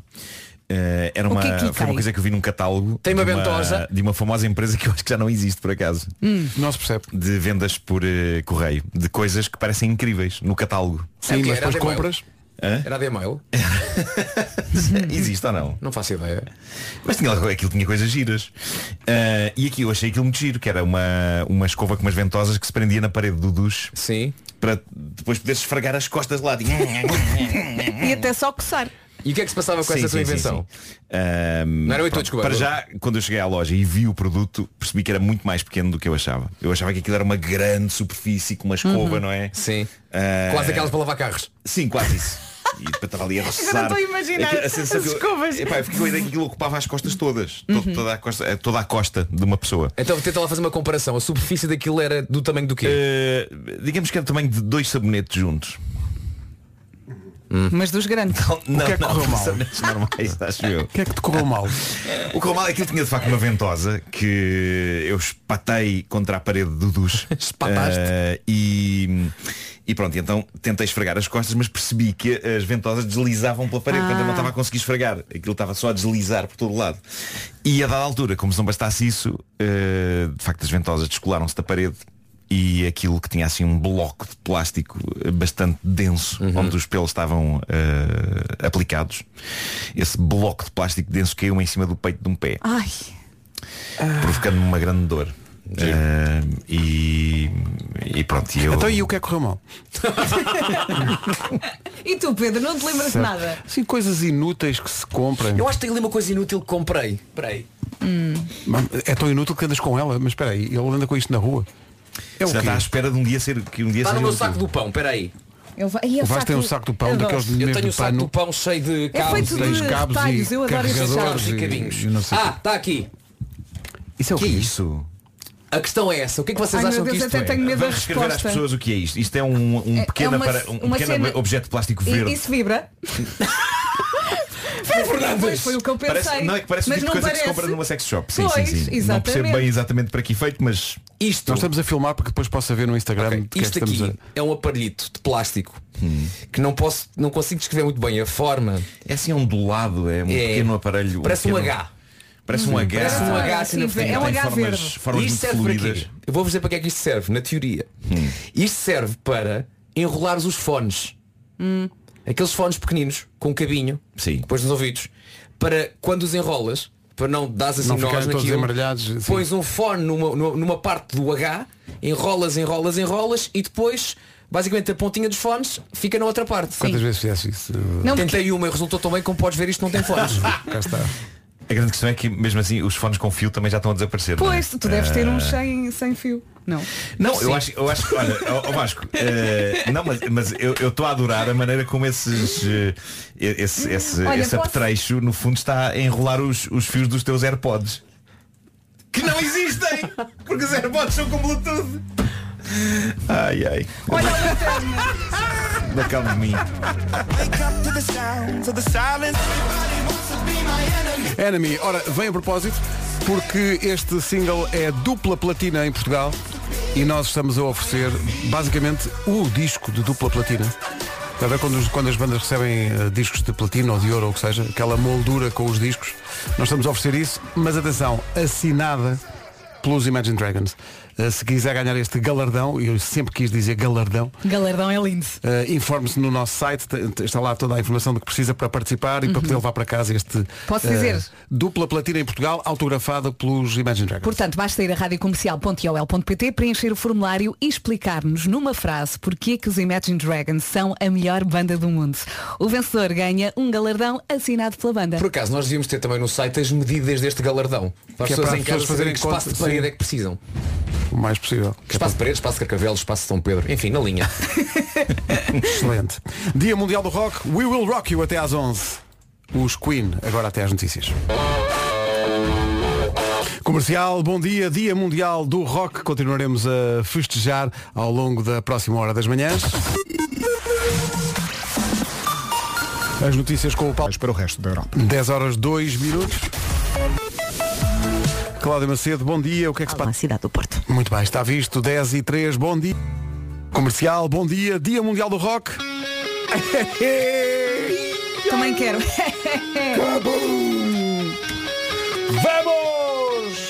Speaker 8: Eh, era
Speaker 3: O
Speaker 8: uma,
Speaker 3: que é que
Speaker 8: foi
Speaker 3: cai?
Speaker 8: uma coisa que eu vi num catálogo
Speaker 4: Tem uma
Speaker 8: de
Speaker 4: ventosa.
Speaker 8: de uma famosa empresa que eu acho que já não existe por acaso
Speaker 3: Hum.
Speaker 1: Não se
Speaker 3: É
Speaker 1: percebe.
Speaker 8: de vendas por eh, correio de coisas que parecem incríveis
Speaker 3: *laughs*
Speaker 8: no catálogo
Speaker 1: Sim,
Speaker 4: ok,
Speaker 1: mas
Speaker 4: era
Speaker 1: depois
Speaker 4: de mail.
Speaker 1: compras.
Speaker 4: Era de e-mail?
Speaker 8: existe ou não
Speaker 4: Não faço ideia.
Speaker 8: Mas tinha, aquilo tinha coisas giras. Ah, e aqui eu achei aquilo muito giro, que era uma, uma escova com umas ventosas que se prendia na parede do duche
Speaker 4: Sim.
Speaker 8: para depois poder esfregar as
Speaker 3: *laughs*
Speaker 8: costas lá. Tinha-
Speaker 3: E até só coçar.
Speaker 4: E o que é que se passava com
Speaker 8: Sim,
Speaker 4: essa tua
Speaker 8: sim, sim,
Speaker 4: invenção?
Speaker 8: sim. Ah,
Speaker 4: Não era oito,
Speaker 8: pronto,
Speaker 4: desculpa.
Speaker 8: Para já, quando eu cheguei à loja e vi o produto, percebi que era muito mais pequeno do que eu achava. Eu achava que aquilo era uma grande superfície com uma escova, não é?
Speaker 4: Sim.
Speaker 8: Ah,
Speaker 4: Quase aquelas para lavar carros.
Speaker 8: Sim, quase isso. E depois estava ali a roçar.
Speaker 3: estou a imaginar
Speaker 8: Aquilo- sensação
Speaker 3: as
Speaker 8: que eu-
Speaker 3: escovas.
Speaker 8: Epá, eu fiquei com a ideia que aquilo ocupava as costas todas. To- Toda, a costa, é, toda a costa de uma pessoa.
Speaker 4: Então tenta lá fazer uma comparação. A superfície daquilo era do tamanho do quê?
Speaker 8: Uh, digamos que era o tamanho de dois sabonetes juntos.
Speaker 3: Mas dos grandes.
Speaker 8: Não,
Speaker 1: que é que correu mal?
Speaker 8: sabonetes normais, acho eu.
Speaker 1: O que é que te
Speaker 3: Ah.
Speaker 1: correu mal?
Speaker 8: O que correu mal é que ele tinha de facto uma ventosa que eu espatei contra a parede do duche.
Speaker 4: Espataste?
Speaker 8: Uh, e, e pronto, então tentei esfregar as costas, mas percebi que as ventosas deslizavam pela parede, portanto eu não estava a conseguir esfregar. Aquilo estava só a deslizar por todo lado. E a dada altura, como se não bastasse isso, uh, de facto as ventosas descolaram-se da parede. E aquilo que tinha assim um bloco de plástico uh, bastante denso,
Speaker 1: Uhum.
Speaker 8: onde os pelos estavam uh, aplicados, esse bloco de plástico denso caiu em cima do peito de um pé
Speaker 3: Ai, Ah.
Speaker 8: provocando-me uma grande dor. Ah, e, e pronto, e eu.
Speaker 1: Então e o que é que correu mal?
Speaker 3: e tu Pedro, não te lembras de nada?
Speaker 1: Sim, Assim, coisas inúteis que se compram.
Speaker 4: Eu acho que tem ali uma coisa inútil que comprei. Peraí.
Speaker 1: É tão inútil que andas com ela, mas espera aí, ele anda com isto na rua. É o
Speaker 8: Já
Speaker 1: quê? Tá
Speaker 8: está à espera de um dia ser que um dia
Speaker 1: é
Speaker 4: Está no
Speaker 8: seja
Speaker 4: meu
Speaker 8: útil.
Speaker 4: saco do pão, peraí.
Speaker 3: Eu va- Ih, é
Speaker 1: O Vasco tem um
Speaker 3: de-
Speaker 1: saco do pão
Speaker 3: Adoro.
Speaker 1: daqueles de
Speaker 4: Eu
Speaker 1: mesmo
Speaker 4: tenho o saco
Speaker 1: pano.
Speaker 4: do pão cheio de cabos,
Speaker 3: É feito
Speaker 1: Tens
Speaker 3: de
Speaker 1: cabos
Speaker 3: retalhos,
Speaker 1: e
Speaker 3: eu adoro esses
Speaker 1: carregadores
Speaker 4: cabos e cabinhos.
Speaker 1: e não sei o
Speaker 4: Ah,
Speaker 1: quê.
Speaker 4: está aqui.
Speaker 1: Isso é o
Speaker 4: Que
Speaker 1: quê?
Speaker 8: Isso.
Speaker 4: A questão é essa. O que é que vocês
Speaker 3: Ai,
Speaker 4: acham
Speaker 3: meu Deus,
Speaker 4: que isto
Speaker 3: até
Speaker 4: é?
Speaker 3: tenho medo da
Speaker 8: Vamos descrever às
Speaker 3: resposta.
Speaker 8: pessoas o que é isto. Isto é um, um
Speaker 3: É- é
Speaker 8: pequeno,
Speaker 3: uma-
Speaker 8: apara- um
Speaker 3: uma
Speaker 8: pequeno
Speaker 3: cena-
Speaker 8: objeto de plástico verde.
Speaker 3: E, isso vibra.
Speaker 4: É
Speaker 3: Pois foi o que eu pensei.
Speaker 8: Parece, não é que parece o
Speaker 3: mas
Speaker 8: tipo de
Speaker 3: não
Speaker 8: coisa
Speaker 3: parece.
Speaker 8: que se compra numa sex shop. Sim,
Speaker 3: Pois,
Speaker 8: sim, sim. Não
Speaker 3: exatamente.
Speaker 8: percebo bem exatamente para que efeito, mas
Speaker 4: Isto,
Speaker 1: Nós estamos a filmar porque depois possa ver no Instagram
Speaker 4: Ok,
Speaker 1: de que é que
Speaker 4: isto
Speaker 1: estamos
Speaker 4: aqui
Speaker 1: a... Hum.
Speaker 4: é um aparelhito de plástico que não posso, não consigo descrever muito bem a forma.
Speaker 8: é assim ondulado, é um
Speaker 1: Hum,
Speaker 4: É.
Speaker 8: pequeno aparelho.
Speaker 4: Parece um
Speaker 8: pequeno-
Speaker 4: H.
Speaker 8: Parece um H.
Speaker 4: Parece um
Speaker 3: Ah,
Speaker 4: H
Speaker 3: sim,
Speaker 4: assim na
Speaker 3: é um
Speaker 4: frente.
Speaker 8: Tem
Speaker 3: H
Speaker 8: formas,
Speaker 3: verde.
Speaker 8: formas
Speaker 4: E isto
Speaker 8: muito
Speaker 4: serve para
Speaker 8: fluidas.
Speaker 4: quê? Eu vou dizer para que é que isto serve, na teoria.
Speaker 1: Hum.
Speaker 4: Isto serve para enrolares os fones. Aqueles fones pequeninos, com um cabinho,
Speaker 8: Sim.
Speaker 4: depois nos ouvidos, para quando os enrolas, para não dares assim
Speaker 1: Não
Speaker 4: nós
Speaker 1: ficarem todos
Speaker 4: naquilo,
Speaker 1: embaralhados, sim.
Speaker 4: pões um fone numa, numa, numa parte do H, enrolas, enrolas, enrolas e depois, basicamente, a pontinha dos fones fica na outra parte.
Speaker 1: Quantas vezes fizesse isso?
Speaker 3: Não, porque-
Speaker 4: Tentei uma e resultou tão bem como podes ver isto não
Speaker 1: *laughs*
Speaker 4: tem fones.
Speaker 1: Cá está.
Speaker 8: A grande questão é que mesmo assim os fones com fio também já estão a desaparecer. não é?
Speaker 3: Pois, tu deves
Speaker 1: Ah.
Speaker 3: ter um sem, sem fio. Não.
Speaker 8: Não, eu acho, eu acho que, olha, ó, ó Vasco, eh, não, mas, mas eu eu estou a adorar a maneira como esses, eh, esse, esse,
Speaker 3: Olha,
Speaker 8: esse
Speaker 3: posso-
Speaker 8: apetrecho, no fundo, está a enrolar os, os fios dos teus AirPods. Que não existem! Porque os AirPods são com Bluetooth! Ai, ai.
Speaker 11: Olha
Speaker 8: Não cabe de mim.
Speaker 1: Enemy, ora, vem a propósito, porque este single é dupla platina em Portugal e nós estamos a oferecer basicamente o disco de dupla platina. Está a ver quando, os- quando as bandas recebem eh, discos de platina ou de ouro ou o que seja, aquela moldura com os discos, nós estamos a oferecer isso, mas atenção, assinada pelos Imagine Dragons. Eh, se quiser ganhar este galardão, e eu sempre quis dizer galardão,
Speaker 3: Galardão é lindo.
Speaker 1: Uh, Informe-se no nosso site, te- te- está lá toda a informação do que precisa para participar e para poder levar para casa este
Speaker 3: Uhum.
Speaker 1: eh,
Speaker 3: Posso dizer?
Speaker 1: dupla platina em Portugal, autografada pelos Imagine Dragons.
Speaker 3: Portanto, basta ir a radiocomercial.iol.pt, preencher o formulário e explicar-nos numa frase porque é que os Imagine Dragons são a melhor banda do mundo. O vencedor ganha um galardão assinado pela banda.
Speaker 4: Por acaso, nós devíamos ter também no site as medidas deste galardão. Para as
Speaker 1: Que é
Speaker 4: pessoas
Speaker 1: para
Speaker 4: em
Speaker 1: as
Speaker 4: casa
Speaker 1: pessoas fazerem
Speaker 4: fazerem que espaço
Speaker 1: conta,
Speaker 4: de parede
Speaker 1: sim.
Speaker 4: é que precisam.
Speaker 1: O mais possível. é
Speaker 4: Espaço de parede, espaço de carcavelos, espaço de São Pedro. Enfim, na linha.
Speaker 1: Excelente. Dia Mundial do Rock, We Will Rock You até às 11. Os Queen, agora até às notícias. Comercial, bom dia, Dia Mundial do Rock. Continuaremos a festejar ao longo da próxima hora das manhãs. As notícias com o Paulo.
Speaker 5: para o resto da Europa.
Speaker 1: 10 horas 2 minutos. Cláudia Macedo, bom dia. O que é que se passa? Na
Speaker 2: cidade do Porto.
Speaker 1: Muito bem, está visto. 10 e 3, bom dia. Comercial, bom dia. Dia Mundial do Rock.
Speaker 3: Também quero. *laughs*
Speaker 4: Vamos! *laughs*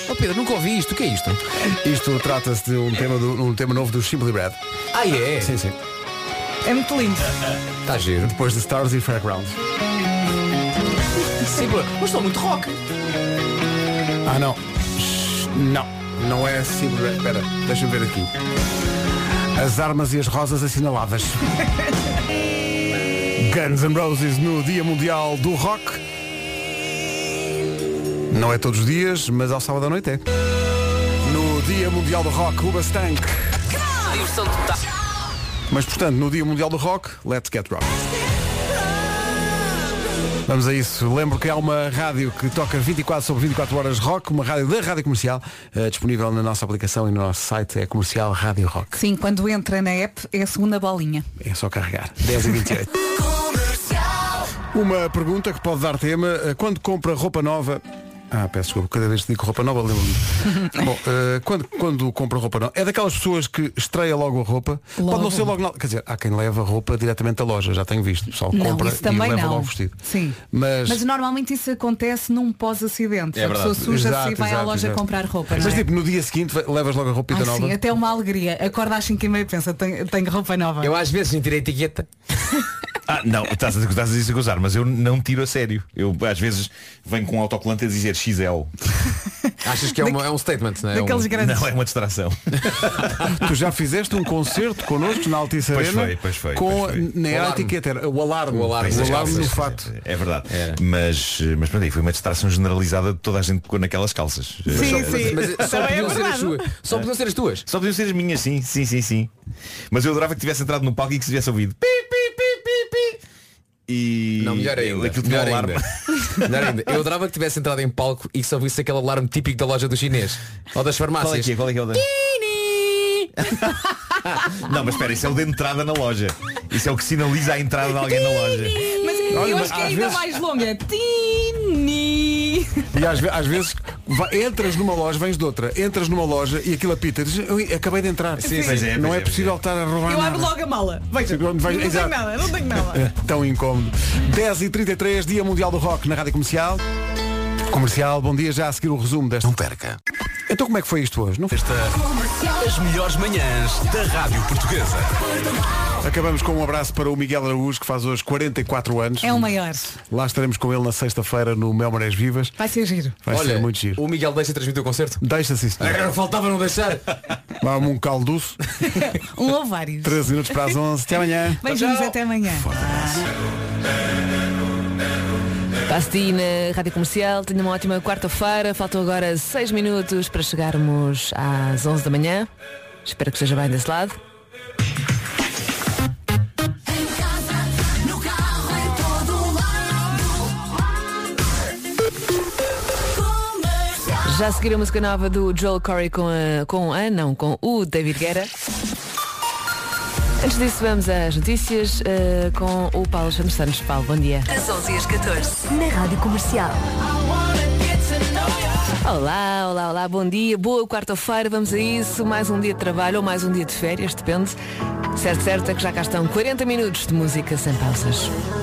Speaker 4: Oh Pedro, nunca ouvi isto. O que é isto?
Speaker 1: *laughs* Isto trata-se de um tema, do- um tema novo do Simply Red.
Speaker 4: Ah, é? Tá
Speaker 1: Sim, sim.
Speaker 3: É muito lindo.
Speaker 1: Está giro. Depois de Stars e Fairground.
Speaker 4: Sim, bro. mas são muito rock.
Speaker 1: Ah, não. Shhh, Não, não é Simply Red. Espera, deixa eu ver aqui. As armas e as rosas assinaladas. Guns N' Roses no Dia Mundial do Rock. Não é todos os dias, mas ao sábado à noite é. No Dia Mundial do Rock, Uba Stank.
Speaker 11: Diversão total.
Speaker 1: Mas portanto, no Dia Mundial do Rock, let's get rock. Vamos a isso. Lembro que há uma rádio que toca 24 sobre 24 horas rock, uma rádio da Rádio Comercial, eh, disponível na nossa aplicação e no nosso site, é comercial Rádio Rock.
Speaker 3: Sim, quando entra na app é a segunda bolinha.
Speaker 1: É só carregar. *laughs* 10 e 28. Uma pergunta que pode dar tema. eh, Quando compra roupa nova. Ah, peço desculpa, cada vez que digo roupa nova
Speaker 3: *laughs*
Speaker 1: lembro-me. Bom, eh, quando, quando compra roupa nova, é daquelas pessoas que estreia logo a roupa, pode
Speaker 3: Logo.
Speaker 1: não ser logo na. Quer dizer, há quem leva a roupa diretamente da loja, já tenho visto. O pessoal
Speaker 3: Não,
Speaker 1: compra e
Speaker 3: isso também
Speaker 1: leva
Speaker 3: não.
Speaker 1: logo o vestido.
Speaker 3: Sim.
Speaker 1: Mas,
Speaker 3: Mas, normalmente isso acontece num pós-acidente.
Speaker 1: É
Speaker 3: a pessoa
Speaker 1: verdade.
Speaker 3: suja-se
Speaker 1: Exato,
Speaker 3: e vai à
Speaker 1: exato,
Speaker 3: loja
Speaker 1: exato.
Speaker 3: comprar roupa.
Speaker 1: mas
Speaker 3: não é?
Speaker 1: tipo, no dia seguinte vai- levas logo a roupa
Speaker 3: Ai,
Speaker 1: nova.
Speaker 3: sim, até uma alegria. Acorda às 5 e meia e pensa, tenho, tenho roupa nova.
Speaker 4: Eu às vezes não tirei a etiqueta.
Speaker 8: Ah, não, estás a, estás a dizer gozar, mas eu não tiro a sério. Eu às vezes venho com um autocolante a dizer XL.
Speaker 4: Achas que é, uma- é um statement, não é?
Speaker 8: Daqueles
Speaker 4: um...
Speaker 8: grandes. Não, é
Speaker 4: *laughs*
Speaker 8: uma distração.
Speaker 1: Tu já fizeste um concerto connosco na Altice
Speaker 8: Pois
Speaker 1: Arena
Speaker 8: foi, pois foi,
Speaker 1: com
Speaker 8: pois foi.
Speaker 1: nem
Speaker 8: O
Speaker 1: era a
Speaker 8: alarme.
Speaker 1: etiqueta, era o alarme. O
Speaker 8: Pois é,
Speaker 1: alarme no
Speaker 8: calças.
Speaker 1: fato.
Speaker 8: É verdade. Mas, mas pronto, aí foi uma distração generalizada de toda a gente que ficou naquelas calças.
Speaker 4: Sim,
Speaker 8: Eh,
Speaker 4: sim. é Mas, mas só podiam ser as suas. Só podiam ser as tuas.
Speaker 8: Só podiam ser as minhas, sim, sim, sim, sim. Mas eu adorava que tivesse entrado no palco e que se tivesse ouvido. Pi, pi, pi, pi, pi. E
Speaker 4: Não, melhor ainda.
Speaker 8: aquilo tinha
Speaker 4: melhor,
Speaker 8: um alarme.
Speaker 4: ainda. melhor ainda. Eu adorava que tivesse entrado em palco e que só visse aquele alarme típico da loja do chinês. Ou das
Speaker 8: *laughs* Qual é
Speaker 4: farmácias.
Speaker 8: que é? Qual é que é o da...
Speaker 1: É.
Speaker 8: Não, mas espera, isso é o de entrada na loja. Isso é o que sinaliza a entrada de alguém na loja.
Speaker 3: Mas
Speaker 1: Olha,
Speaker 3: eu
Speaker 1: mas
Speaker 3: acho que é
Speaker 1: às
Speaker 3: ainda
Speaker 1: vezes-
Speaker 3: mais longa. Tini!
Speaker 1: E às, ve- às vezes vai- entras numa loja, vens de outra, entras numa loja e aquilo apita, dizes, "Ui, acabei de entrar.
Speaker 8: Sim, pois é,
Speaker 1: não
Speaker 8: pois
Speaker 1: é,
Speaker 8: é,
Speaker 1: possível estar a roubar
Speaker 3: Eu abro
Speaker 1: nada.
Speaker 3: logo a mala. Veja,
Speaker 1: Quando vais-
Speaker 3: não tenho
Speaker 1: exato. É.
Speaker 3: nada, não tenho nada.
Speaker 1: Tão incómodo. 10 e 33 Dia Mundial do Rock na Rádio Comercial. Comercial, bom dia, já a seguir o resumo desta. Não perca. Então como é que foi isto hoje? Não foi?
Speaker 12: As melhores manhãs da Rádio Portuguesa.
Speaker 1: Acabamos com um abraço para o Miguel Araújo, que faz hoje 44 anos.
Speaker 3: É o maior.
Speaker 1: Lá estaremos com ele na sexta-feira no Mel Marés Vivas.
Speaker 3: Vai ser giro.
Speaker 1: Vai
Speaker 4: Olha,
Speaker 1: ser muito giro.
Speaker 4: o Miguel deixa transmitir o concerto.
Speaker 1: Deixa-se
Speaker 4: *laughs*
Speaker 1: isso.
Speaker 4: Agora faltava não deixar.
Speaker 1: Vamos um calduço.
Speaker 3: Um ou vários.
Speaker 1: 13 minutos para as 11. Até amanhã.
Speaker 3: Beijinhos até amanhã.
Speaker 2: Pasti na Rádio Comercial, tenha uma ótima quarta-feira. Faltam agora 6 minutos para chegarmos às 11 da manhã. Espero que esteja bem desse lado. Já seguiram a música nova do Joel Corey com a, com a não, com o David Guerra.
Speaker 3: Antes disso, vamos às notícias eh, com o Paulo Santos Santos. Paulo, bom dia.
Speaker 2: Às 11 e às 14, na Rádio Comercial.
Speaker 3: Olá, olá, olá, bom dia, boa quarta-feira, vamos a isso. Mais um dia de trabalho ou mais um dia de férias, depende. Certo, certo, é que já cá estão 40 minutos de música sem pausas.